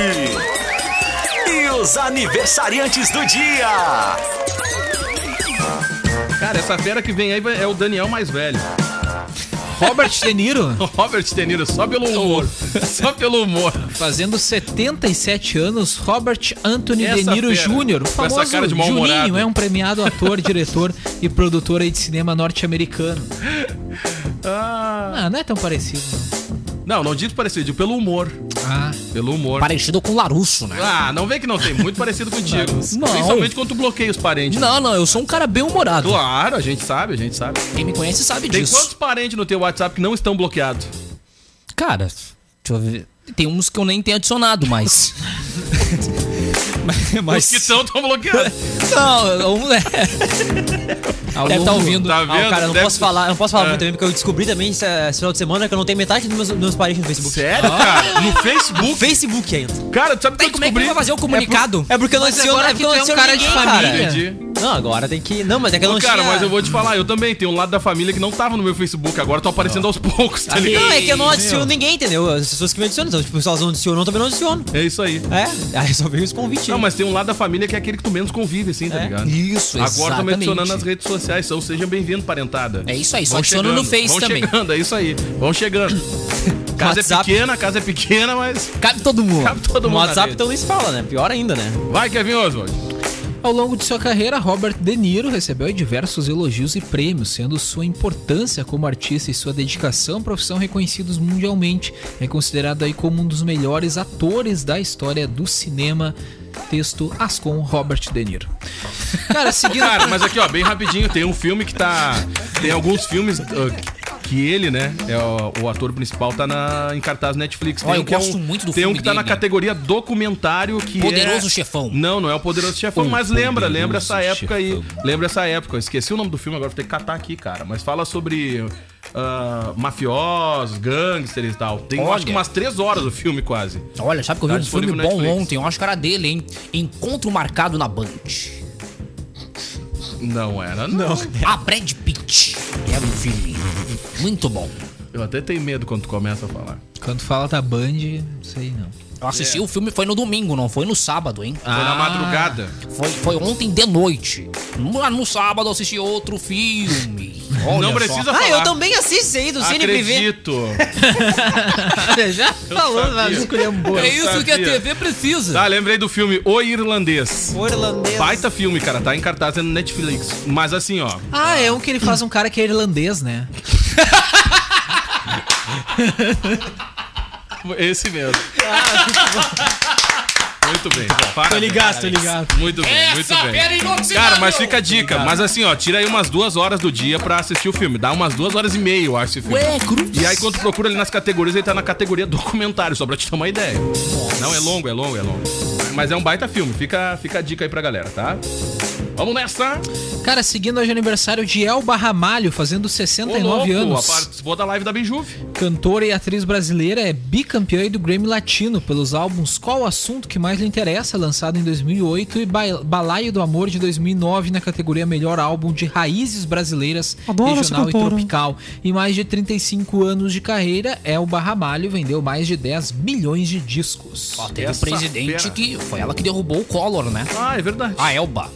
E os aniversariantes do dia!
Cara, essa fera que vem aí vai- é o Daniel mais velho.
Robert De Niro,
O Robert De Niro, só pelo humor. Só pelo humor.
fazendo 77 anos. Robert Anthony De
Essa
Niro
fera,
Jr., o
com essa
famoso
cara de mal-humorado.
Juninho, é um premiado ator, diretor e produtor aí de cinema norte-americano. Ah, não é tão parecido. não.
Não, não digo parecido, digo pelo humor.
Ah,
Pelo humor.
Parecido com Larusso, né?
Ah, não vê que não tem. Muito parecido contigo.
Não.
Principalmente quando tu bloqueia os parentes.
Não, não, eu sou um cara bem humorado.
Claro, a gente sabe, a gente sabe.
Quem me conhece sabe
Tem
disso.
quantos parentes no teu WhatsApp que não estão bloqueados?
Cara, deixa eu ver. Tem uns que eu nem tenho adicionado, mas.
Os que estão, estão bloqueados.
Não, um, né? Deve tá ouvindo.
Tá vendo?
Não, Ah, cara, eu não
Deve-
posso falar, eu não posso falar
É.
muito também, porque eu descobri também esse, esse final de semana que eu não tenho metade dos meus, dos meus parentes no Facebook.
Sério, cara? No Facebook?
No Facebook ainda.
Cara, tu sabe o que eu
Como é que
descobri?
vai fazer o comunicado?
É porque eu não adiciono,
agora
é porque eu não
que tu é um
adiciono
assim, cara de
ninguém,
família.
cara.
Entendi.
Não, agora tem que... Não, mas é que eu não
Ô, cara,
tinha...
mas eu vou te falar, eu também tenho um lado da família que não tava no meu Facebook, agora tô aparecendo aos poucos, tá
Não,
ligado?
é que eu não adiciono ninguém, entendeu? As pessoas que me adicionam. Então, tipo, se elas não adicionam, eu também não adiciono.
É isso aí.
É, aí só veio os convites.
Não, mas tem um lado da família que é aquele que tu menos convive, assim, tá
É.
ligado?
Isso,
Agora tô me
exatamente.
adicionando nas redes sociais, então sejam bem-vindos, parentada.
É isso aí, só
Vão
adiciona
chegando,
no Face
vão
também.
chegando, é isso aí. Vão chegando. Casa é
WhatsApp.
pequena, a casa é pequena, mas
Cabe todo mundo.
cabe todo
No
mundo. na
WhatsApp
rede.
então nem se fala, né? Pior ainda, né?
Vai, Kevin Oswald.
Ao longo de sua carreira, Robert De Niro recebeu diversos elogios e prêmios, sendo sua importância como artista e sua dedicação à profissão reconhecidos mundialmente. É considerado aí como um dos melhores atores da história do cinema. Texto Ascom Robert De Niro. Cara, seguindo.
Cara, mas aqui, ó, bem rapidinho, tem um filme que tá. Tem alguns filmes. ah, que ele, né? É o, o ator principal tá na, em cartaz Netflix. Tem
Ó, eu
um que é
gosto
um,
muito do
Tem um
filme
que tá na
dele, né?
categoria documentário que
Poderoso
é...
Chefão.
Não, não é o Poderoso Chefão, mas lembra,
Poderoso
lembra essa época aí.
Chefão.
Lembra essa época. Eu Esqueci o nome do filme, agora vou ter que catar aqui, cara. Mas fala sobre ah, mafiosos, gangsters e tal. Tem, eu acho que
Olha.
umas três horas o filme quase.
Olha, sabe que eu vi
Tá
um filme
disponível no
bom
Netflix.
ontem, eu acho que era dele, hein? Encontro marcado na Band.
Não era, não.
A Brad Pitt. Era um filme muito bom.
Eu até tenho medo quando tu começa a falar.
Quando fala da Band, não sei não.
Eu
É.
assisti o filme, foi no domingo, não foi no sábado, hein?
Foi na madrugada.
Foi, foi ontem de noite. Lá no sábado eu assisti outro filme. Olha
não
só.
precisa falar.
Ah, eu também assisto isso aí do Cine Privé.
Acredito.
Já falou,
sabia.
É
Eu
isso que a
sabia.
TV precisa.
Tá, lembrei do filme O Irlandês.
O irlandês.
Baita filme, cara. Tá em cartaz no Netflix. Mas assim, ó.
Ah, é um que ele faz um cara que é irlandês, né?
Esse mesmo. Muito bem. Parabéns.
Tô ligado, tô ligado.
Muito bem, muito bem. Cara, mas fica a dica. Mas assim, ó, tira aí umas duas horas do dia pra assistir o filme. Dá umas duas horas e meia, eu acho, esse filme.
é
Ué, cruz.
E aí, quando tu procura ali nas categorias, ele tá na categoria documentário, só pra te ter uma ideia. Não, é longo, é longo, é longo. Mas é um baita filme. Fica, fica a dica aí pra galera, tá? Vamos nessa!
Cara, seguindo hoje o aniversário de Elba Ramalho, fazendo 69 anos.
a participou da live da Benjuve.
Cantora e atriz brasileira é bicampeã do Grammy Latino pelos álbuns Qual o Assunto Que Mais Lhe Interessa, lançado em 2008, e Ba- Balaio do Amor de 2009 na categoria Melhor Álbum de Raízes Brasileiras,
Adoro essa
Regional e
cantora.
Tropical. E mais de 35 anos de carreira, Elba Ramalho vendeu mais de 10 milhões de discos.
Ó, teve
Essa
o presidente
fera.
que foi ela que derrubou o Collor, né?
Ah, é verdade.
A Elba.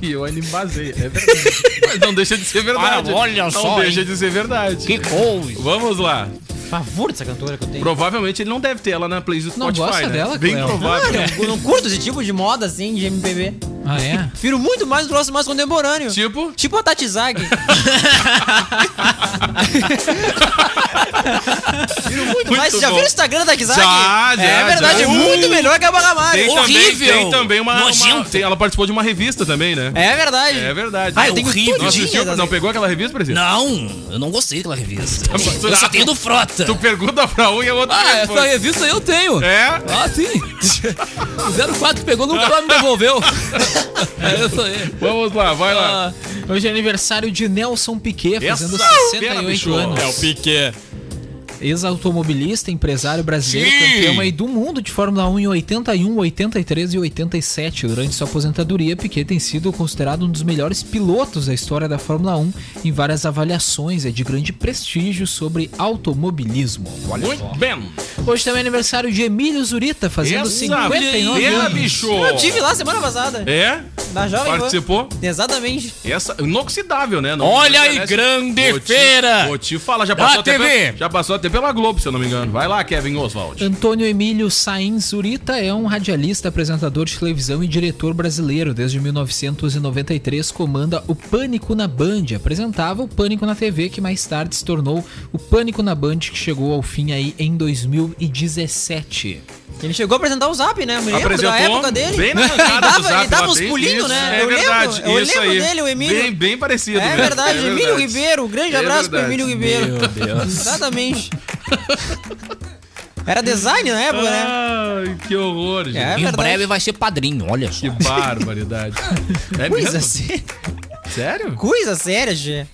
E eu animazei, é verdade. Mas não deixa de ser verdade.
Ah, olha
não
só,
deixa
hein?
de ser verdade.
Que coisa.
Vamos lá.
Favor dessa cantora que eu tenho.
Provavelmente ele não deve ter ela na playlist do
Não
Spotify,
gosta
né?
dela,
Bem
Cleo?
provável.
Eu não curto esse tipo de moda assim, de MPB.
Ah, é?
Prefiro muito mais o troço mais contemporâneo.
Tipo,
Tipo a Tati Zag. muito mais.
Muito
já viu
bom.
o Instagram da Tati Zag?
Já,
é
já,
verdade,
já. Uh!
é muito melhor que a Barra
tem
Mari.
também,
horrível,
tem também uma. uma-
nojento.
tem- ela participou de uma revista também, né?
É verdade.
É verdade.
Ah,
Eu
tem
tenho
horrível.
Não, assistiu,
Tadinha,
não pegou aquela revista, presidente?
Não, eu não gostei daquela revista.
mas tu-
Eu só tenho do Frota.
Tu pergunta pra um e a outra
é
Ah, essa
responde.
revista eu tenho.
É?
Ah, sim. O 04 que pegou nunca mais me devolveu. É isso aí.
Vamos lá, vai
Ah,
lá.
Hoje é aniversário de Nelson Piquet, fazendo
Essa fera,
68
bicho.
anos.
É o
Piquet.
Ex-automobilista, empresário brasileiro,
Sim.
campeão aí do mundo de Fórmula 1 em 81, 83 e 87. Durante sua aposentadoria, Piquet tem sido considerado um dos melhores pilotos da história da Fórmula 1 em várias avaliações. É de grande prestígio sobre automobilismo.
Muito bem.
Hoje também é aniversário de Emílio Zurita, fazendo
Essa
59
fera,
anos.
bicho.
Eu tive lá semana passada.
É?
Na Jovem Pan.
Participou?
Exatamente.
Essa, inoxidável, né? Não-
Olha
não
aí,
merece-
grande
Vou te-
feira.
Vou te falar, já
Da
passou, até
TV.
pela- já passou até pela Globo, se eu não me engano. Vai lá, Kevin Oswald.
Antônio Emílio Sainz Zurita é um radialista, apresentador de televisão e diretor brasileiro. Desde 1993 comanda o Pânico na Band. Apresentava o Pânico na TV, que mais tarde se tornou o Pânico na Band, que chegou ao fim aí em 2017.
Ele chegou a apresentar o Zap, né? Eu me lembro da época dele.
bem na
ele
arrancada
dava,
do Zap.
ele dava
lá,
uns
bem-
pulinhos,
isso,
né?
É
eu
verdade,
lembro, eu
isso
lembro
aí.
dele, o Emílio.
Bem, bem parecido.
é
mesmo,
verdade,
é
Emílio
verdade.
Ribeiro. Um grande
É
abraço pro
verdade.
Emílio Ribeiro. Exatamente. Era design na época,
Ah,
né?
Ai, que horror, gente.
É
em
verdade.
breve vai ser padrinho, olha só.
Que barbaridade. É
Coisa
mesmo?
séria.
Sério?
Coisa séria, Gê.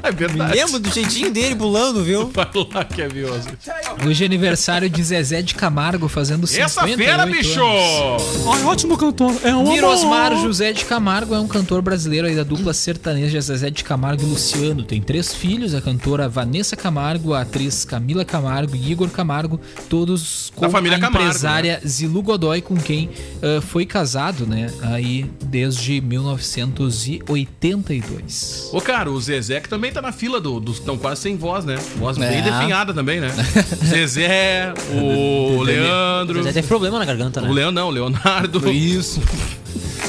É verdade.
Lembro do jeitinho dele pulando, viu?
Vai lá, Kevin Oswald.
Hoje é aniversário de Zezé de Camargo, fazendo 58
Essa fera, bicho!
anos.
Ai, ótimo cantor. É um
Mirosmar José de Camargo é um cantor brasileiro aí da dupla sertaneja Zezé de Camargo e Luciano. Tem três filhos, a cantora Vanessa Camargo, a atriz Camila Camargo e Igor Camargo, todos com
família
a
Camargo,
empresária Zilu Godoy, com quem ah, foi casado, né, aí desde 1982.
Ô, cara, o Zezé que também tá na fila do- dos que estão quase sem voz, né? Voz
É.
bem definhada também, né? Zezé, o Leandro.
Mas teve problema na garganta, né?
O Leandro não, o Leonardo.
Isso.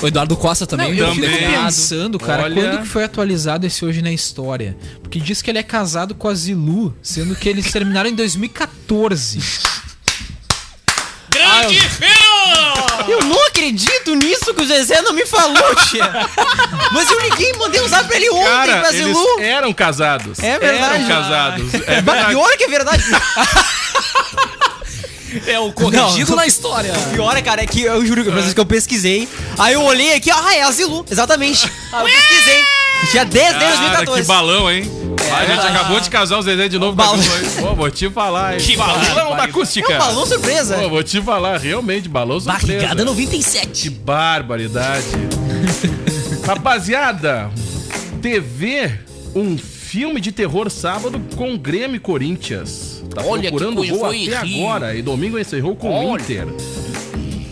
O Eduardo Costa
Não,
também.
eu
foi
fico
condenado.
pensando, cara,
Olha.
quando que foi atualizado esse Hoje na História? Porque diz que ele é casado com a Zilu, sendo que eles terminaram em 2014.
Grande
Eu não acredito nisso que o Zezé não me falou, tia. Mas eu liguei e mandei um zap pra ele ontem,
Cara,
pra
eles
Zilu.
eram casados.
É verdade.
Eram casados. É
Bah,
verdade.
Pior que é verdade.
É o corrigido
Não.
na história.
Pior, cara, é que eu juro que- pra vocês que eu pesquisei. Aí eu olhei aqui, ah, é a Zilu. Exatamente. Aí eu pesquisei. Tinha 10 de
Cara, que
2014.
balão, hein? a gente acabou de casar o Zezé de novo.
balão.
com a Zilu, hein? Pô, vou te falar, hein? Que balão da acústica.
É um balão surpresa.
Pô, vou te falar, realmente, balão surpresa.
Barrigada
Que
97.
barbaridade. Rapaziada, TV, um filme de terror sábado com Grêmio e Corinthians. Tá
Olha que
procurando
coisa,
gol
foi
até
horrível.
agora e domingo encerrou com o
Olha.
Inter.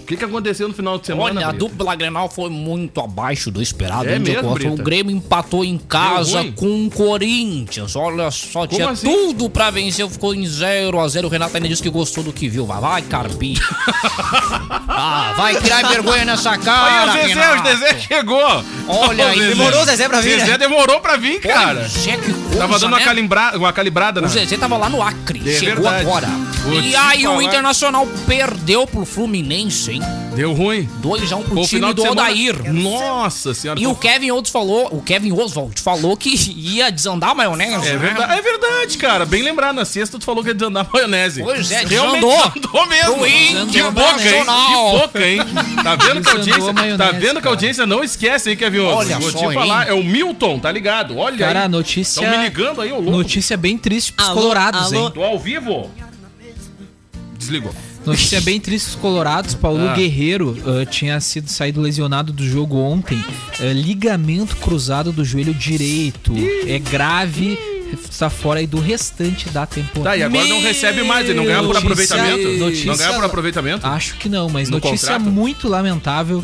que, que aconteceu no final de semana?
Olha, a
Brito?
dupla Grenal foi muito abaixo do esperado.
É
hein,
mesmo,
Diego?
Brita?
o Grêmio empatou em casa
ruim?
com o Corinthians. Olha só, tinha
assim?
tudo pra vencer, ficou em 0 a 0 O Renato ainda disse que gostou do que viu. Vai, vai Carpinho. ah, vai tirar vergonha nessa cara,
Aí o Zezé,
Renato.
o Zezé chegou.
Olha
Ô,
aí, demorou o Zezé pra vir,
Zezé
né?
demorou pra vir, cara.
Zé, que coisa,
Tava dando uma,
né?
calimbra... uma calibrada, né?
O Zezé tava lá no Acre,
É
chegou
verdade.
agora.
Vou te
e aí o
falar.
Internacional perdeu pro Fluminense, hein?
Deu ruim.
2x1 pro
Foi o
time
final de
do
semana. é
Odair.
Nossa senhora.
E o Kevin Olds falou, o Kevin Oswald falou que ia desandar a maionese.
É
né?
verdade, é verdade, cara. Bem lembrado, na sexta tu falou que ia desandar a maionese.
Pois é,
Realmente
desandou.
desandou mesmo.
Pro Inter
Que boca, hein?
Internacional.
Que boca, hein? Tá vendo que a
Desandou a
audiência, tá
maionese,
vendo que a audiência não esquece, hein, Kevin? Olhos?
Olha
Vou
só,
te falar,
hein?
é o Milton, tá ligado? Olha
Cara,
aí. um
a notícia-
Tão me ligando aí, ô louco.
Notícia bem triste pros
Alô,
colorados,
alô.
hein?
Tô ao vivo? Desligou.
Notícia bem triste dos Colorados. Paulo
Ah.
Guerreiro ah, tinha sido saído lesionado do jogo ontem. Ah, ligamento cruzado do joelho direito. É grave. Está fora aí do restante da temporada.
Tá, e agora não recebe mais, ele não ganha por
Notícia-
aproveitamento. Não ganha
notícia- Ah,
por aproveitamento.
Acho que não, mas
No
notícia
contrato? Ah,
muito lamentável.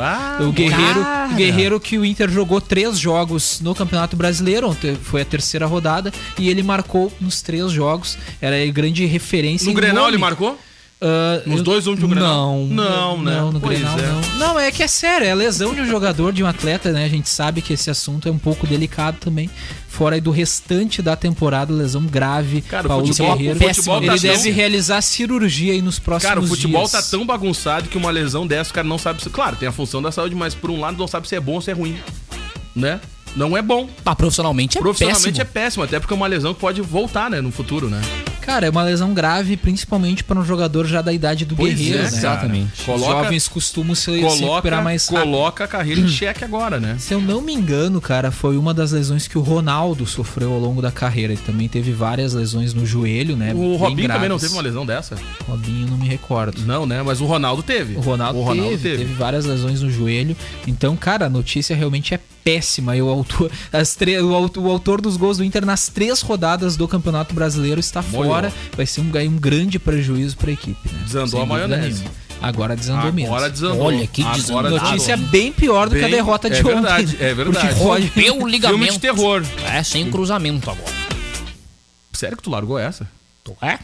o Guerreiro,
cara.
o Guerreiro que o Inter jogou três jogos no Campeonato Brasileiro, ontem foi a terceira rodada, e ele marcou nos três jogos. Era a grande referência.
No
em
Grenal
nome.
ele marcou?
Ah,
Nos
eu-
dois últimos Grenal?
Não.
Não, né?
Não, no
Pois
Grenal
é.
não. Não, é que é sério, é lesão de um jogador, de um atleta, né? A gente sabe que esse assunto é um pouco delicado também. Fora aí do restante da temporada, lesão grave.
Cara, o
Paulo
futebol-
Guerreiro.
o futebol tá
ele
tão-
deve realizar cirurgia aí nos próximos
Cara, o futebol
dias.
tá tão bagunçado que uma lesão dessa, o cara não sabe se. Claro, tem a função da saúde, mas por um lado não sabe se é bom ou se é ruim. Né? Não é bom.
Tá, profissionalmente é
Profissionalmente
péssimo.
é péssimo, até porque é uma lesão que pode voltar, né, no futuro, né?
Cara, é uma lesão grave, principalmente para um jogador já da idade do
Pois
Guerreiro,
é,
né?
cara.
Exatamente.
Coloca-
Os jovens costumam se, se recuperar
Coloca,
mais rápido.
coloca a carreira em xeque agora, né?
Se eu não me engano, cara, foi uma das lesões que o Ronaldo sofreu ao longo da carreira. Ele também teve várias lesões no joelho, né?
O
Bem
Robinho também não
graves.
teve uma lesão dessa?
Robinho, não me recordo.
Não, né? Mas o Ronaldo teve.
O Ronaldo, teve, teve. várias lesões no joelho. Então, cara, a notícia realmente é péssima. E o autor, as tre- o, aut- o autor dos gols do Inter nas três rodadas do Campeonato Brasileiro está
Molhou.
fora. Vai ser um, ga- um grande prejuízo para a equipe, né?
Desandou
Sem
a
dúvida
maionese.
nenhuma. Agora desandou mesmo.
Agora desandou.
Olha, que
Agora
desandado.
desandou.
Notícia bem pior do que a
Bem-
derrota de
é
ontem.
verdade, é verdade.
Porque pode-
Rompeu o ligamento.
Filme de terror.
É, sem cruzamento agora.
Sério que tu largou essa?
Tu é?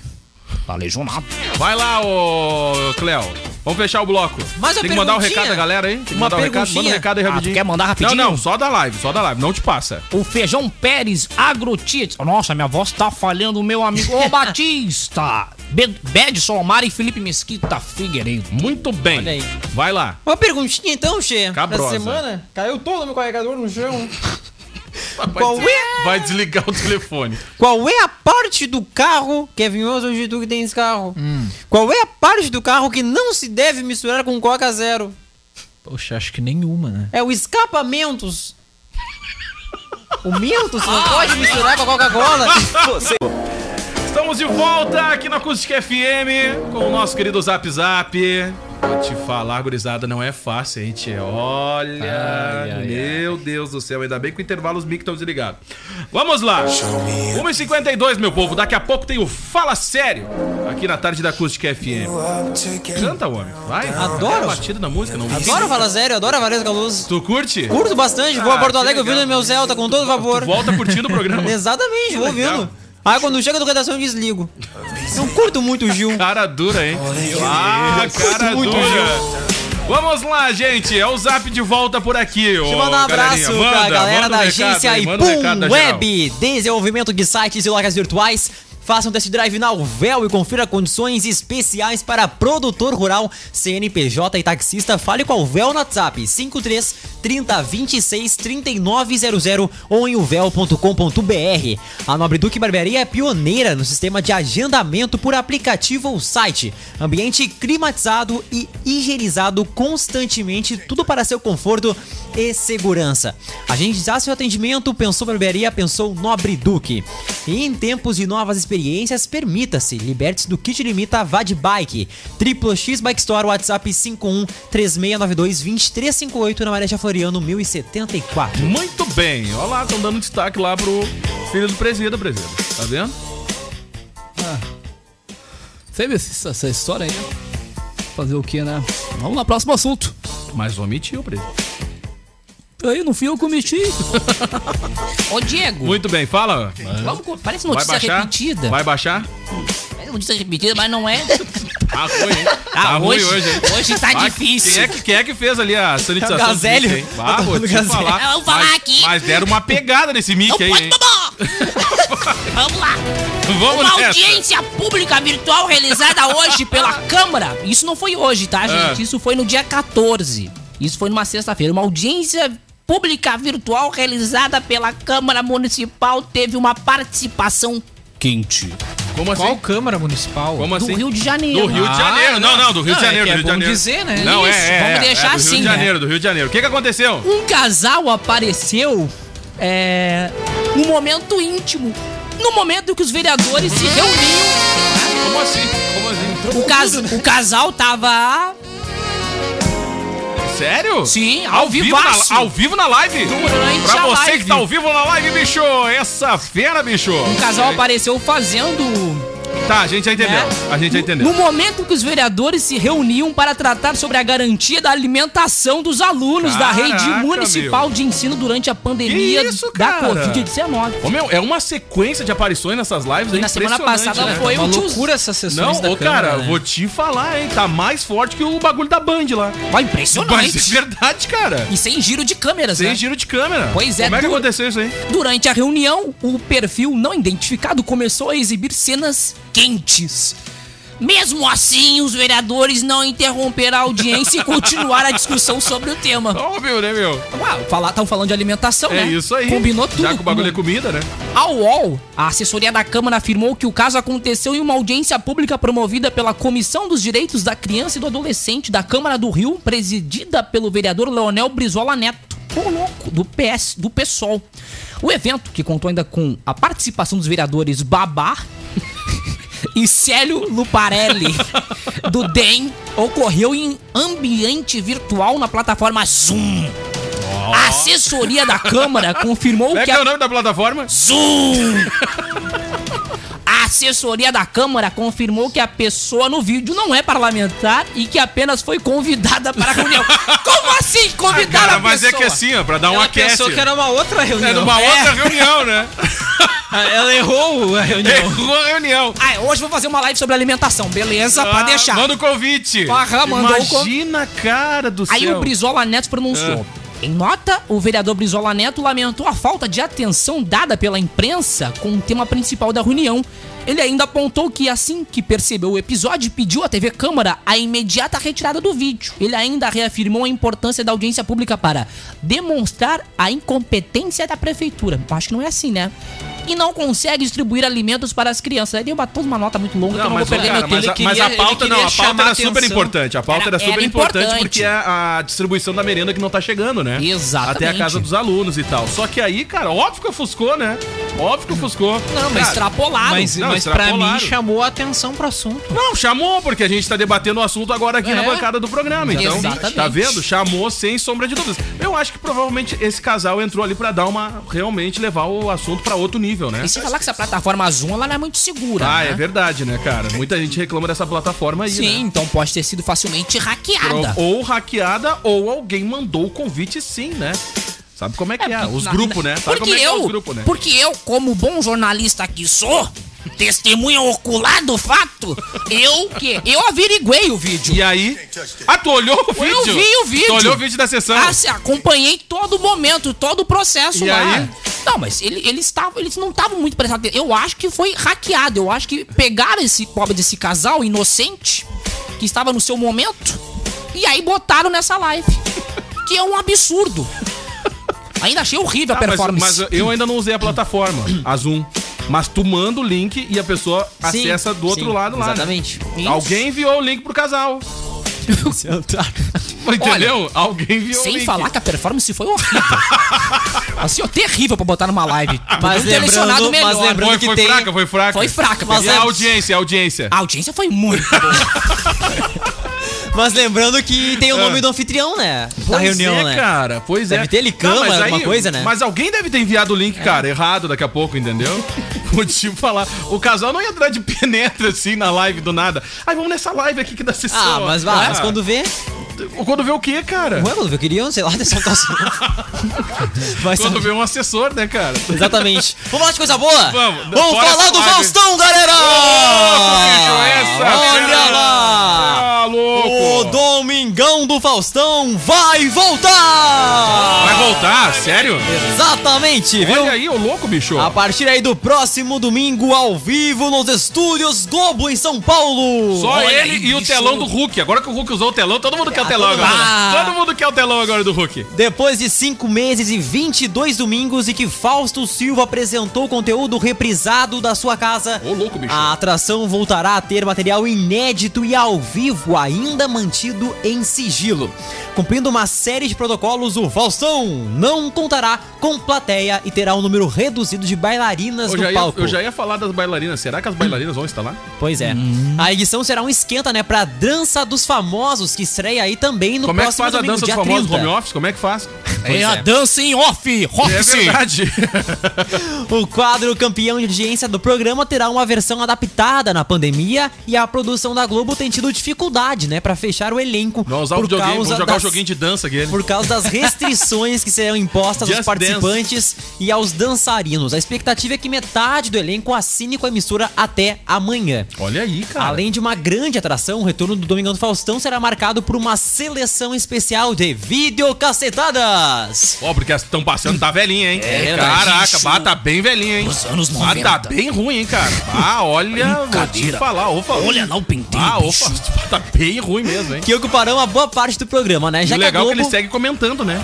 Tá lesionado.
Vai lá, ô Cléo. Vamos fechar o bloco.
Mais uma
Tem que mandar o
perguntinha?
recado da galera, hein? Tem que
Uma
mandar o recado. Manda o
perguntinha?
recado aí
Ah,
rapidinho.
tu quer mandar rapidinho?
Não, não, só da live, só da live. Não te passa.
O Feijão Pérez Agrotiet. Nossa, minha voz tá falhando, meu amigo. Ô, Batista. Be- Bede Solomar e Felipe Mesquita Figueiredo.
Muito bem.
Olha aí.
Vai lá.
Uma perguntinha então, Che.
Cabrosa.
Essa semana caiu todo o meu carregador no chão.
Vai,
Qual
des-
é?
vai desligar o telefone.
Qual é a parte do carro, Kevin Oswald, hoje tu que tem esse carro?
Hum.
Qual é a parte do carro que não se deve misturar com Coca Zero?
Poxa, acho que nenhuma, né?
É o escapamentos. O Mentos
Ah,
não pode misturar com a Coca-Cola.
Estamos de volta aqui na Acústica FM com o nosso querido Zap Zap. Vou te falar, gurizada, não é fácil, hein, tchê? Olha, meu Deus do céu, ainda bem que o intervalo os mic estão desligados. Vamos lá. 1h52, meu povo, daqui a pouco tem o Fala Sério aqui na tarde da Acústica FM. Canta, homem, vai.
Adoro.
É a batida da música, não
Adoro falar sério, adoro a Valesca Luz.
Tu curte?
Curto bastante, vou
Ah,
a Porto
que
Alegre
legal.
ouvindo meu Celta com todo vapor.
Volta curtindo o programa.
Exatamente, vou
legal.
ouvindo. Aí quando chega do redação eu desligo. Não curto muito o Gil.
Cara dura, hein? Ah, cara
muito,
dura. Vamos lá, gente. É o Zap de volta por aqui.
Te mandar um abraço pra galera
um
da agência
Ipum
Ipum Web, desenvolvimento de sites e lojas virtuais. Faça um test drive na Uvel e confira condições especiais para produtor rural, CNPJ e taxista. Fale com a Uvel no WhatsApp 53 30 26 3900 ou em uvel.com.br. A Nobre Duque Barbearia é pioneira no sistema de agendamento por aplicativo ou site. Ambiente climatizado e higienizado constantemente, tudo para seu conforto e segurança. A gente já seu atendimento, pensou barbearia, pensou Nobre Duque. E em tempos de novas experiências, permita-se, liberte-se do kit limita, vá de bike. Triplo X Bike Store, WhatsApp 51 3692 2358 na Mareja Floriano 1074.
Muito bem. Olha lá, estão dando destaque lá pro filho do presida, presida. Tá vendo?
Teve essa, essa história aí, né?
Fazer o que, né? Vamos lá, próximo assunto.
Mas omitiu, presidente.
Aí, no fim eu cometi.
Ô, Diego.
Muito bem, fala.
Vamos co- parece
Vai
notícia
baixar?
é repetida.
Vai baixar?
É notícia repetida, mas não é.
Tá ruim, hein? Tá
Ah,
ruim
hoje-
hoje, hein?
hoje tá
Ah,
difícil.
Quem é, que, quem é que fez ali a sanitização?
É o Gazélio.
do mic, hein? Ah, vou te
Gazélio.
falar.
Eu vou falar
mas,
aqui.
Mas deram uma pegada nesse mic aí, hein?
Vamos lá.
Vamos
Uma
nessa.
audiência pública virtual realizada hoje pela Câmara. Isso não foi hoje, tá, gente?
Ah.
Isso foi no dia 14. Isso foi numa sexta-feira. Uma audiência pública virtual realizada pela Câmara Municipal teve uma participação
Quente.
Como
assim? Qual Câmara Municipal?
Como
do
assim?
Rio de Janeiro. Ah,
Do Rio de Janeiro, não, não, do Rio de Janeiro,
é
do
que
Rio de
é bom
Janeiro.
dizer, né?
Não, é,
Isso,
é,
vamos
é,
deixar
é do
assim,
Rio de
né?
Janeiro, do Rio de Janeiro. O que que aconteceu?
Um casal apareceu é, num momento íntimo. No momento que os vereadores se reuniam.
Como assim? Como assim?
O, cas o casal tava.
Sério?
Sim, ao,
Ao vivo, na,
vivaço.
ao vivo na live?
Durante
pra
a
você
live.
que tá ao vivo na live, bicho! Essa fera, bicho!
Um casal apareceu fazendo.
Tá, a gente já entendeu. A gente já entendeu.
Né? No momento que os vereadores se reuniam para tratar sobre a garantia da alimentação dos alunos da
Caraca,
rede municipal de ensino durante a pandemia
Que isso,
da
cara?
Covid-19.
Ô, meu, é uma sequência de aparições nessas lives,
E
é
na semana
impressionante,
passada
né?
foi um tio-
Loucura essas sessões
Não,
da
ô,
Câmara,
cara,
né?
vou te falar, hein? Tá mais forte que o bagulho da Band lá.
Vai, impressionante.
Mas é verdade, cara.
E sem giro de câmeras,
Sem
né?
giro de câmera.
Pois é,
Como é que
du-
aconteceu isso aí?
Durante a reunião, o perfil não identificado começou a exibir cenas quentes. Mesmo assim, os vereadores não interromperam a audiência e continuaram a discussão sobre o tema.
Óbvio, né, meu?
Uau, falar, tão falando de alimentação,
É
né?
isso aí.
Combinou tudo.
Já que o bagulho é comida, né?
Ao UOL, a assessoria da Câmara afirmou que o caso aconteceu em uma audiência pública promovida pela Comissão dos Direitos da Criança e do Adolescente da Câmara do Rio, presidida pelo vereador Leonel Brizola Neto, o louco, do PS, do PSOL. O evento, que contou ainda com a participação dos vereadores Babá e Célio Luparelli, do DEM, ocorreu em ambiente virtual na plataforma Zoom. A assessoria da Câmara confirmou
Como é
que
que
a
é o nome da plataforma?
Zoom! A assessoria da Câmara confirmou que a pessoa no vídeo não é parlamentar e que apenas foi convidada para a reunião. Como assim convidar
Cara,
a pessoa?
mas é que assim, ó, pra dar uma aquece.
uma outra reunião.
É numa outra reunião, né?
Ela errou a reunião.
Errou a reunião.
Ah, hoje vou fazer uma live sobre alimentação, beleza?
Ah,
pra deixar.
Manda o convite.
Aham, mandou o convite.
Imagina, cara do
Aí
céu.
o Brizola Neto pronunciou.
Ah.
Em nota, o vereador Brizola Neto lamentou a falta de atenção dada pela imprensa com o tema principal da reunião. Ele ainda apontou que assim que percebeu o episódio, pediu à TV Câmara a imediata retirada do vídeo. Ele ainda reafirmou a importância da audiência pública para demonstrar a incompetência da prefeitura. Acho que não é assim, né? E não consegue distribuir alimentos para as crianças. Aí deu uma, toda uma nota muito longa que eu
Não,
não
mas,
vou
ô,
perder
cara,
meu
mas, a,
tempo.
mas a pauta não, a pauta era super importante. A pauta era,
Era-
super
era
importante,
importante.
porque é a distribuição da merenda que não tá chegando, né?
Exatamente.
Até a casa dos alunos e tal. Só que aí, cara, óbvio que ofuscou, né? Óbvio que ofuscou.
Não, mas extrapolado.
Mas,
Não,
mas pra mim
extrapolaram.
chamou a atenção pro assunto.
Não, chamou, porque a gente tá debatendo o assunto agora aqui
É.
na bancada do programa. Então,
Exatamente.
tá vendo? Chamou sem sombra de dúvidas. Eu acho que provavelmente esse casal entrou ali pra dar uma. realmente levar o assunto pra outro nível, né?
E se falar que essa plataforma Zoom ela não é muito segura.
Ah,
né?
é verdade, né, cara? Muita gente reclama dessa plataforma aí,
Sim,
né?
então pode ter sido facilmente hackeada.
Pro- Ou hackeada, ou alguém mandou o convite sim, né? Sabe como é que é? Os
Na-
grupos, né? Sabe
porque
como é que é
eu,
os grupos, né?
porque eu, como bom jornalista que sou, testemunha ocular do fato, eu que eu averiguei o vídeo.
E aí? Ah, tu olhou o
Eu
vídeo?
vi o vídeo.
Tu olhou o vídeo da sessão?
Ah, sim, acompanhei todo o momento, todo o processo
E
lá.
aí?
Não, mas ele, eles, tavam, eles não estavam muito prestando atenção. Eu acho que foi hackeado. Eu acho que pegaram esse pobre desse casal inocente que estava no seu momento e aí botaram nessa live. que é um absurdo. Ainda achei horrível a
Tá, mas-
performance.
Mas, eu ainda não usei a plataforma, a Zoom. Mas tu manda o link e a pessoa
Sim,
acessa do outro
sim,
lado lá. né?
exatamente. Isso.
Alguém enviou o link pro casal. Entendeu? Alguém enviou o
Sem
link.
falar que a performance foi horrível. assim, ó, terrível pra botar numa live. Podiam ter selecionado melhor.
foi, foi fraca, foi fraca.
Foi fraca,
mas
mas
e a
é-
audiência, a audiência.
A audiência foi muito boa.
Mas lembrando que tem o nome
Ah.
do anfitrião, né? da
Pois
reunião,
é,
né?
cara. Pois é.
Deve ter ele
Não,
cama,
mas aí-
alguma coisa, né?
Mas alguém deve ter enviado o link, cara, errado daqui a pouco, entendeu? Vou te falar. O casal não ia entrar de penetra assim na live do nada. Aí vamos nessa live aqui que dá sessão.
Ah, mas, vá,
Ah.
mas quando vê.
Quando vê o quê, cara?
Ué, quando vê, eu queria, sei lá, dessa
Quando vê um assessor, né, cara?
Exatamente. Vamos falar de coisa boa?
Vamos.
Vamos
Bora
falar
essa
do
live.
Faustão, galera!
essa, é
Olha
cara.
lá!
Tá louco.
O Domingão do Faustão vai voltar!
Vai voltar? Sério?
Exatamente, viu? Ah,
Olha aí, ô louco, bicho.
A partir aí do próximo domingo, ao vivo, nos estúdios Globo em São Paulo.
Só
Olha
ele e o
isso.
telão do Hulk. Agora que o Hulk usou o telão, todo mundo quer o telão
todo
agora.
mundo. Ah.
Todo mundo quer o telão agora do Hulk.
Depois de cinco meses e 22 domingos e que Fausto Silva apresentou conteúdo reprisado da sua casa,
Ô, louco, bicho.
a atração voltará a ter material inédito e ao vivo, ainda mantido em sigilo. Cumprindo uma série de protocolos, o Faustão não contará com plateia e terá um número reduzido de bailarinas
Eu
no
já, ia,
palco.
eu já ia falar das bailarinas. Será que as bailarinas vão estar lá?
Pois é.
Uhum.
A edição será um esquenta, né, pra Dança dos Famosos, que estreia aí também no
Como é que
próximo
faz a
domingo,
dança dos
dia
famosos
30.
home office? Como é que faz?
Pois
É a
é.
dança em off,
É
office.
verdade.
O quadro campeão de audiência do programa terá uma versão adaptada na pandemia e a produção da Globo tem tido dificuldade, né, para fechar o elenco
Vamos usar o videogame, vamos jogar o
das-
joguinho de dança aqui.
por causa das restrições que serão impostas aos
Just
participantes e aos dançarinos. A expectativa é que metade do elenco assine com a emissora até amanhã.
Olha aí, cara.
Além de uma grande atração, o retorno do Domingão do Faustão será marcado por uma seleção especial de videocacetadas.
Ó, porque as estão passando, tá velhinha, hein?
É,
Caraca,
verdade.
bata bem velhinha, hein?
Os anos
Ah,
90.
tá bem ruim, hein, cara? Ah, olha, vou te
Brincadeira.
falar, opa.
Olha lá o penteio,
Ah,
bicho.
opa, tá bem ruim mesmo, hein?
Que ocuparão a boa parte do programa, né?
E
Já
o
que a
legal é que
Globo-
ele segue comentando, né?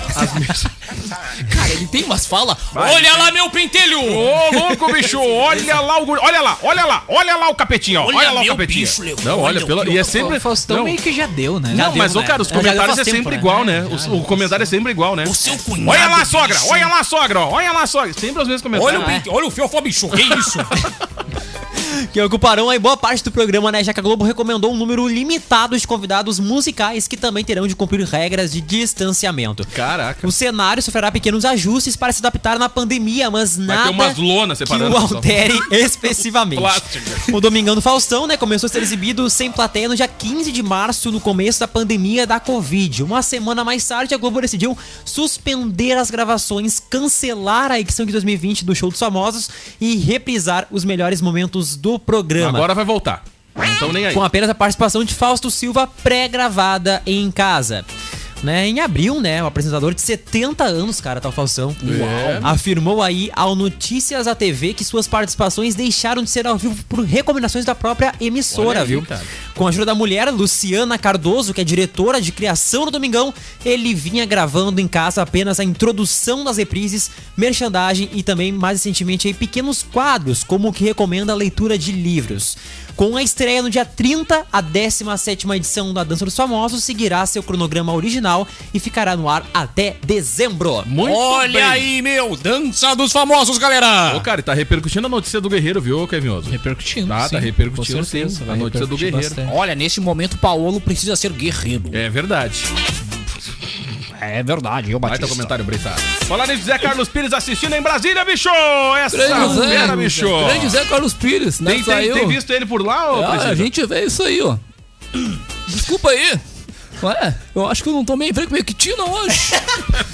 Cara, ele tem umas falas.
Vai.
Olha lá meu pentelho.
Ô, louco, bicho, olha lá o guri- Olha lá, olha lá, olha lá o capetinho, ó. Olha,
Olha
lá o
meu
capetinho.
bicho, Leo.
não, olha,
Olha o
pela.
que
E é
eu-
sempre.
O Faustão
não,
meio que já deu, né?
Já
não,
deu,
mas, ô,
né?
cara, os
Já deu
comentários
faz
é
tempo,
sempre
né?
igual, né? Os- O comentário é sempre igual, né?
O seu cunhado.
Olha lá, sogra!
bicho.
Olha lá, sogra! ó, Olha lá, sogra! Sempre os mesmos comentários.
Olha o pente, olha o fiofó, bicho. Que isso?
Que ocuparão aí boa parte do programa, né? Já que a Globo recomendou um número limitado de convidados musicais que também terão de cumprir regras de distanciamento.
Caraca.
O cenário sofrerá pequenos ajustes para se adaptar na pandemia, mas nada
ter umas lonas
que
separando,
o
pessoal.
altere especificamente.
Plástico.
O Domingão do Faustão, né, começou a ser exibido sem plateia no dia 15 de março, no começo da pandemia da Covid. Uma semana mais tarde, a Globo decidiu suspender as gravações, cancelar a edição de 2020 do Show dos Famosos e reprisar os melhores momentos do programa.
Agora vai voltar. Então nem aí.
Com apenas a participação de Fausto Silva pré-gravada em casa. Né, em abril, né, o apresentador de 70 anos, cara, tal Faustão,
É.
afirmou aí ao Notícias da TV que suas participações deixaram de ser ao vivo por recomendações da própria emissora,
Olha aí,
viu?
cara.
Com a ajuda da mulher, Luciana Cardoso, que é diretora de criação do Domingão, ele vinha gravando em casa apenas a introdução das reprises, merchandagem e também, mais recentemente, aí, pequenos quadros, como o que recomenda a leitura de livros. Com a estreia no dia 30, a 17ª edição da Dança dos Famosos seguirá seu cronograma original e ficará no ar até dezembro.
Muito
olha
bem.
aí meu, dança dos famosos, galera.
Ô, cara, e tá repercutindo a notícia do Guerreiro, viu, Kevin Oso?
Repercutindo.
Tá, tá
sim,
repercutindo,
com certeza,
sim,
vai
a notícia do
repercutir
Guerreiro.
bastante.
Olha, nesse momento o Paolo precisa ser guerreiro.
É verdade.
É, verdade, eu
Baita comentário, Breitado. Falar nisso, Zé Carlos Pires assistindo em Brasília, bicho! Essa
Grande Zé,
fera, bicho!
Grande Zé Carlos Pires, né?
Tem, tem,
Saiu.
tem visto ele por lá, ô,
Ah, a
Precisa?
gente vê isso aí, ó. Desculpa aí. Ué, eu acho que eu não tomei vermectina hoje.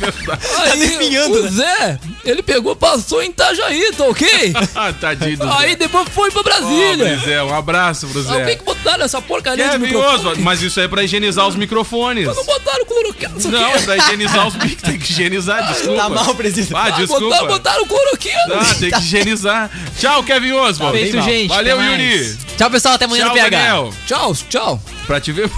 É
Tá
Aí,
definhando,
o
né?
Zé, ele pegou, passou em Itajaí, tá ok?
Ah, tadinho do
Aí
Zé.
depois foi pra
Pobre
Brasília.
Zé, um abraço pro
Alguém que
Zé.
botaram essa porcaria de
Kevin
microfone?
Oswald, mas isso aí é pra higienizar os microfones.
Não botaram cloroquina, isso
Não, é
aqui.
pra higienizar os microfones. Tem que higienizar, desculpa.
Tá mal, presidente.
Ah,
Botaram,
desculpa.
botaram cloroquina.
Ah, tem que higienizar. Tchau, Kevin Oswald.
Tá. Feito, gente,
Valeu,
até mais.
Yuri.
Tchau, pessoal, até amanhã
Tchau,
no PH.
Daniel.
Tchau, tchau.
Pra te ver.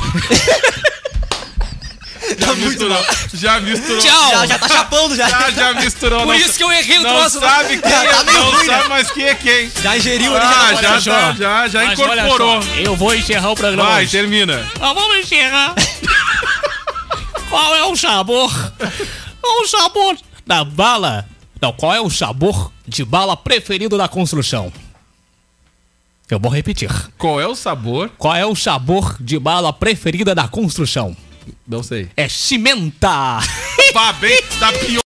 Tá
Já misturou. Já misturou.
Já, já tá chapando já.
Já, já misturou.
Por isso que eu errei o
não
troço, né?
sabe quem
Já
é,
tá meio
não
ruim, né?
sabe mais quem é quem.
Já ingeriu ele
Ah, já,
já. tá fora.
já, já, já
Mas olha
incorporou.
só, Eu vou encerrar o programa.
Vai,
hoje.
termina.
Mas vamos encerrar. Qual é o sabor?
É
O sabor da bala. Não, qual é o sabor de bala preferido da construção?
Eu vou repetir.
Qual é o sabor?
Qual é o sabor de bala preferida da construção?
Não sei.
É cimenta!
Pá, bem, tá pior.